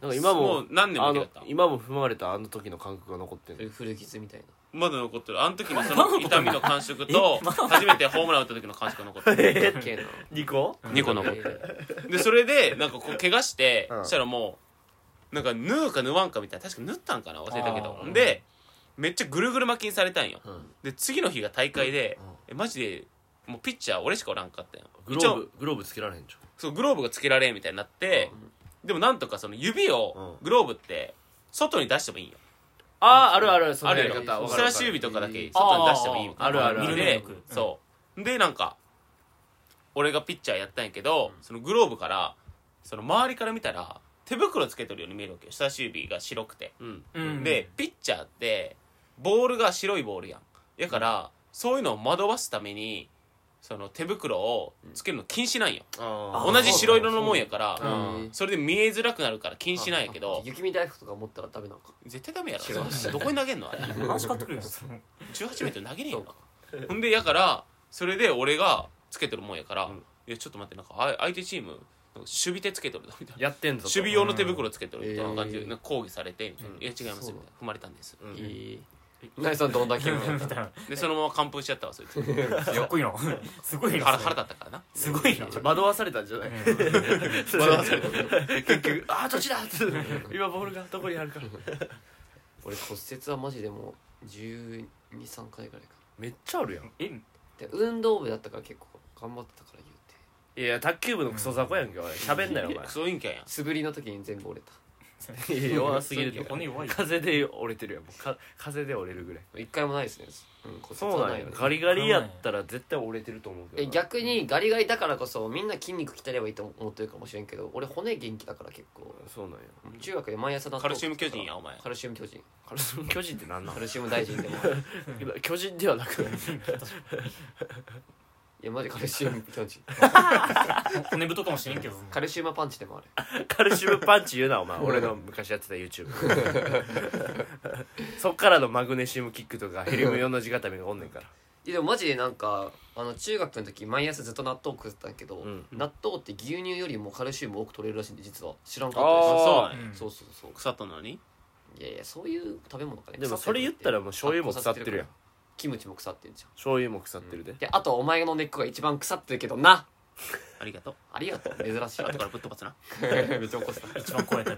[SPEAKER 1] なんか今も
[SPEAKER 2] う何年も
[SPEAKER 1] あ
[SPEAKER 2] 痛
[SPEAKER 1] の
[SPEAKER 2] かった
[SPEAKER 1] 今も踏まれたあの時の感覚が残って
[SPEAKER 4] それ
[SPEAKER 1] る
[SPEAKER 4] 古傷みたいな
[SPEAKER 2] まだ残ってるあの時のその痛みの感触と
[SPEAKER 3] え
[SPEAKER 2] 初めてホームラン打った時の感触が残ってる
[SPEAKER 4] オッケーな
[SPEAKER 1] 2個
[SPEAKER 2] 2個残ってる
[SPEAKER 4] え
[SPEAKER 2] でそれでなんかこう怪我して
[SPEAKER 1] うん
[SPEAKER 2] したらもうなんか縫うか縫わんかみたいな確か縫ったんかな忘れたけ
[SPEAKER 3] あ
[SPEAKER 2] ど
[SPEAKER 3] ー
[SPEAKER 2] でめっちゃぐるぐる巻きにされたんよ
[SPEAKER 4] ーうん
[SPEAKER 2] で次の日が大会で
[SPEAKER 1] うんうん
[SPEAKER 2] えマジでもうピッチャー俺しかおらんかったんよ
[SPEAKER 1] グローブグローブつけられへんじ
[SPEAKER 2] そうグローブがつけられんみたいになって、でもなんとかその指を、
[SPEAKER 1] うん
[SPEAKER 2] グローブって外に出してもいいんよ
[SPEAKER 1] ゃんあああるあるそ
[SPEAKER 2] あ
[SPEAKER 1] の
[SPEAKER 2] る
[SPEAKER 1] や
[SPEAKER 2] や
[SPEAKER 1] り
[SPEAKER 2] ろ
[SPEAKER 1] 方わか
[SPEAKER 2] 人
[SPEAKER 1] る
[SPEAKER 2] 差
[SPEAKER 1] わ
[SPEAKER 2] し
[SPEAKER 1] か
[SPEAKER 2] 指
[SPEAKER 1] る
[SPEAKER 2] とかだけ外に出してもいいみたいな
[SPEAKER 1] あるあるある
[SPEAKER 2] 見で
[SPEAKER 3] 見れるよく
[SPEAKER 2] そうでなんか俺がピッチャーやったんやけど、そのグローブからその周りから見たら手袋つけてるように見えるわけよ人差し指が白くて、
[SPEAKER 1] うん
[SPEAKER 3] うん
[SPEAKER 2] でピッチャーってボールが白いボールやんやからそういうのを惑わすためにその手袋をつけるの禁止なんよ、
[SPEAKER 1] あ
[SPEAKER 3] ー
[SPEAKER 2] 同じ白色のもんやか
[SPEAKER 1] そうな
[SPEAKER 2] ら
[SPEAKER 1] んだ
[SPEAKER 4] うん
[SPEAKER 1] うん
[SPEAKER 2] それで見えづらくなるから禁止なんやけ
[SPEAKER 4] あ
[SPEAKER 2] ど
[SPEAKER 4] 雪見大福とか持ったらダメなのか
[SPEAKER 2] 絶対ダメや
[SPEAKER 4] 違う
[SPEAKER 2] ろどこに投げんのあれ
[SPEAKER 3] 話変わってくるよ
[SPEAKER 2] 18メートル投げねえ
[SPEAKER 4] そう
[SPEAKER 2] よ
[SPEAKER 4] か
[SPEAKER 2] なほんでやからそれで俺がつけてるもんやから、
[SPEAKER 1] うん
[SPEAKER 2] いやちょっと待ってなんかあ相手チームなんか守備手つけとるみたいな
[SPEAKER 1] やってんぞと
[SPEAKER 2] 守備用の手袋つけとるみたいな感じで、
[SPEAKER 4] うん
[SPEAKER 2] なんか抗議されてみたいな、
[SPEAKER 1] うん
[SPEAKER 2] いや違います
[SPEAKER 4] そう
[SPEAKER 2] み
[SPEAKER 4] なん
[SPEAKER 2] たい
[SPEAKER 4] だ
[SPEAKER 2] な踏まれたんです
[SPEAKER 1] うん
[SPEAKER 4] いいナイさんどんだけみたい
[SPEAKER 3] みたい
[SPEAKER 4] な
[SPEAKER 3] な
[SPEAKER 2] でそのまま完封しちゃったわ そいつ
[SPEAKER 3] かっこいいなすごいな
[SPEAKER 2] 腹腹立ったからな
[SPEAKER 3] すごいな
[SPEAKER 1] 惑わされたんじゃない
[SPEAKER 2] 惑わされた
[SPEAKER 1] 結局ああどっちだって今ボールがどこにあるから
[SPEAKER 4] 俺骨折はマジでもう1 2 3回ぐらいか
[SPEAKER 1] めっちゃあるやん
[SPEAKER 3] え
[SPEAKER 4] で運動部だったから結構頑張ってたから言うて
[SPEAKER 1] いや卓球部のクソ雑魚やんけおい喋んなよお前
[SPEAKER 2] クソインキャやん
[SPEAKER 4] 素振りの時に全部折れた
[SPEAKER 1] いや弱すぎるって
[SPEAKER 3] 骨弱いよ
[SPEAKER 1] 風で折れてるやんもうか風で折れるぐらい
[SPEAKER 4] 一回もないですね、うん、骨
[SPEAKER 1] そうなんや
[SPEAKER 4] ね
[SPEAKER 1] ガリガリやったら絶対折れてると思うけど
[SPEAKER 4] え逆にガリガリだからこそみんな筋肉鍛えればいいと思ってるかもしれんけど俺骨元気だから結構
[SPEAKER 1] そうなんや
[SPEAKER 4] 中学で毎朝納豆
[SPEAKER 2] カルシウム巨人やお前
[SPEAKER 4] カルシウム巨人
[SPEAKER 1] カルソン巨人ってなんな
[SPEAKER 4] カ
[SPEAKER 1] の
[SPEAKER 4] ルシウム大臣でもい
[SPEAKER 1] 巨人ではなく
[SPEAKER 4] やマジカルシウム巨人
[SPEAKER 3] 骨太かもしれんけど
[SPEAKER 4] カルシウムパンチでもある
[SPEAKER 1] カルシウムパンチ言うなお前俺の昔やってた YouTube そっからのマグネシウムキックとかヘリウム4の字固めがおんねんから
[SPEAKER 4] いやでもマジでなんかあの中学の時毎朝ずっと納豆食ってたんやけど、
[SPEAKER 1] うん
[SPEAKER 4] 納豆って牛乳よりもカルシウム多く取れるらしいんで実は知らんか
[SPEAKER 1] あ
[SPEAKER 4] っ
[SPEAKER 2] そうなん
[SPEAKER 4] た
[SPEAKER 2] や
[SPEAKER 4] ですそうそうそう
[SPEAKER 2] 腐ったのに
[SPEAKER 4] いやいやそういう食べ物かね
[SPEAKER 1] でもそれ言ったらもう醤油も腐ってるやん
[SPEAKER 4] キムチも腐ってんじゃん
[SPEAKER 1] 醤油も腐ってるで
[SPEAKER 4] であとはお前が飲んでっ子が一番腐ってるけどな
[SPEAKER 2] ありがとう
[SPEAKER 4] ありがとう珍しい
[SPEAKER 2] 後からぶっ飛ばすな
[SPEAKER 4] めっちゃ怒ってた
[SPEAKER 3] 一番怖いタイ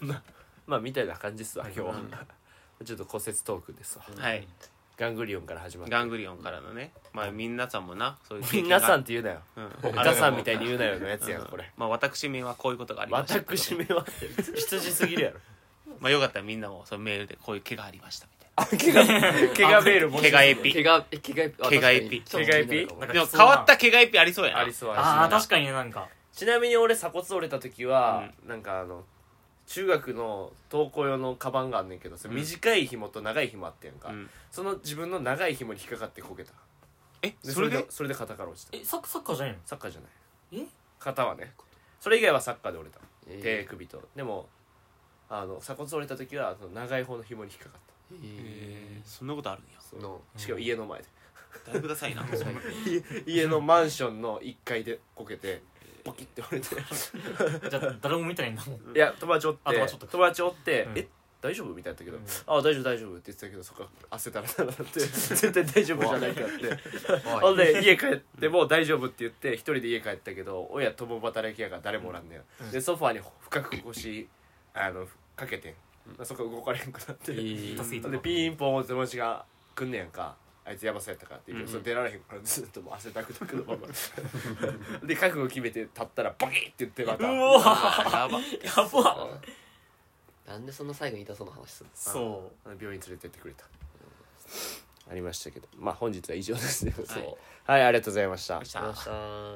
[SPEAKER 3] プだ
[SPEAKER 1] まあみたいな感じですわ今日は
[SPEAKER 4] うん
[SPEAKER 1] ちょっと骨折トークですわ
[SPEAKER 2] はい
[SPEAKER 1] ガングリオンから始まって
[SPEAKER 2] ガングリオンからのねまあ皆さんもなそういう経験が
[SPEAKER 1] 皆さんって言うなよ
[SPEAKER 2] うん
[SPEAKER 1] お母さんみたいに言うなよのやつやん
[SPEAKER 2] うん
[SPEAKER 1] これ
[SPEAKER 2] まあ私めはこういうことがありましたけど
[SPEAKER 1] 私めは羊すぎるやろ
[SPEAKER 2] まあよかったらみんなもそのメールでこういう怪我ありましたみたいな
[SPEAKER 1] 怪我 怪我メール
[SPEAKER 2] 怪我エピ
[SPEAKER 4] 怪我え怪我
[SPEAKER 2] 怪我エピ
[SPEAKER 1] 怪我エピ
[SPEAKER 3] なんか
[SPEAKER 2] でも変わった怪我エピありそうやな
[SPEAKER 1] ありそう
[SPEAKER 3] あ
[SPEAKER 1] あ
[SPEAKER 3] あ確かにねなんか
[SPEAKER 1] ちなみに俺鎖骨折れた時は、なんかあの中学の登校用のカバンがあんねんけどそれ短い紐と長い紐あってんか、
[SPEAKER 2] うん
[SPEAKER 1] その自分の長い紐に引っかかってこけた
[SPEAKER 2] え
[SPEAKER 1] で
[SPEAKER 2] それで
[SPEAKER 1] でそれで肩から落ちた
[SPEAKER 3] えサッサッカーじゃないの
[SPEAKER 1] サッカーじゃない
[SPEAKER 3] え
[SPEAKER 1] 肩はねそれ以外はサッカーで折れた、
[SPEAKER 4] えー
[SPEAKER 1] 手首とでもあの鎖骨折れた時はその長い方の紐に引っかかった
[SPEAKER 2] えーそんなことあるんや
[SPEAKER 4] の
[SPEAKER 1] しかも家の前で、
[SPEAKER 2] だいぶダサい な
[SPEAKER 1] 家のマンションの1階でこけてポキって折れて
[SPEAKER 3] じゃあ誰も見てないんだもん
[SPEAKER 1] いや友達おって
[SPEAKER 3] あ友達おった
[SPEAKER 1] 友達おって
[SPEAKER 3] う
[SPEAKER 1] 「
[SPEAKER 3] ん
[SPEAKER 1] え大丈夫?」みたいなったけど
[SPEAKER 3] うん
[SPEAKER 1] 「あ大丈夫大丈夫」って言ってたけどそこから汗だらだ らって絶対大丈夫じゃないかってほんで家帰ってもう大丈夫って言って一人で家帰ったけど親共働きやから誰もおらんね
[SPEAKER 3] うん
[SPEAKER 1] んでソファーに深く腰あのかけてんそこから動かれへんくなって
[SPEAKER 3] 痛すぎ
[SPEAKER 1] ほ
[SPEAKER 3] て
[SPEAKER 1] んでピンポン友達が来んねやんかあいつやばそうやったからって言うけど、
[SPEAKER 2] うんうん
[SPEAKER 1] それ出られへんからずっともう汗だくだくのまま で覚悟決めて立ったらボキッて言ってまた
[SPEAKER 3] うわ
[SPEAKER 2] やば
[SPEAKER 3] やば
[SPEAKER 4] なんでそんな最後に痛そうな話するの
[SPEAKER 3] そ
[SPEAKER 1] 病院連れてってくれた、ありましたけどまあ本日は以上ですね、
[SPEAKER 2] はい
[SPEAKER 1] はい、ありがとうございました
[SPEAKER 2] した
[SPEAKER 4] ありがとうございました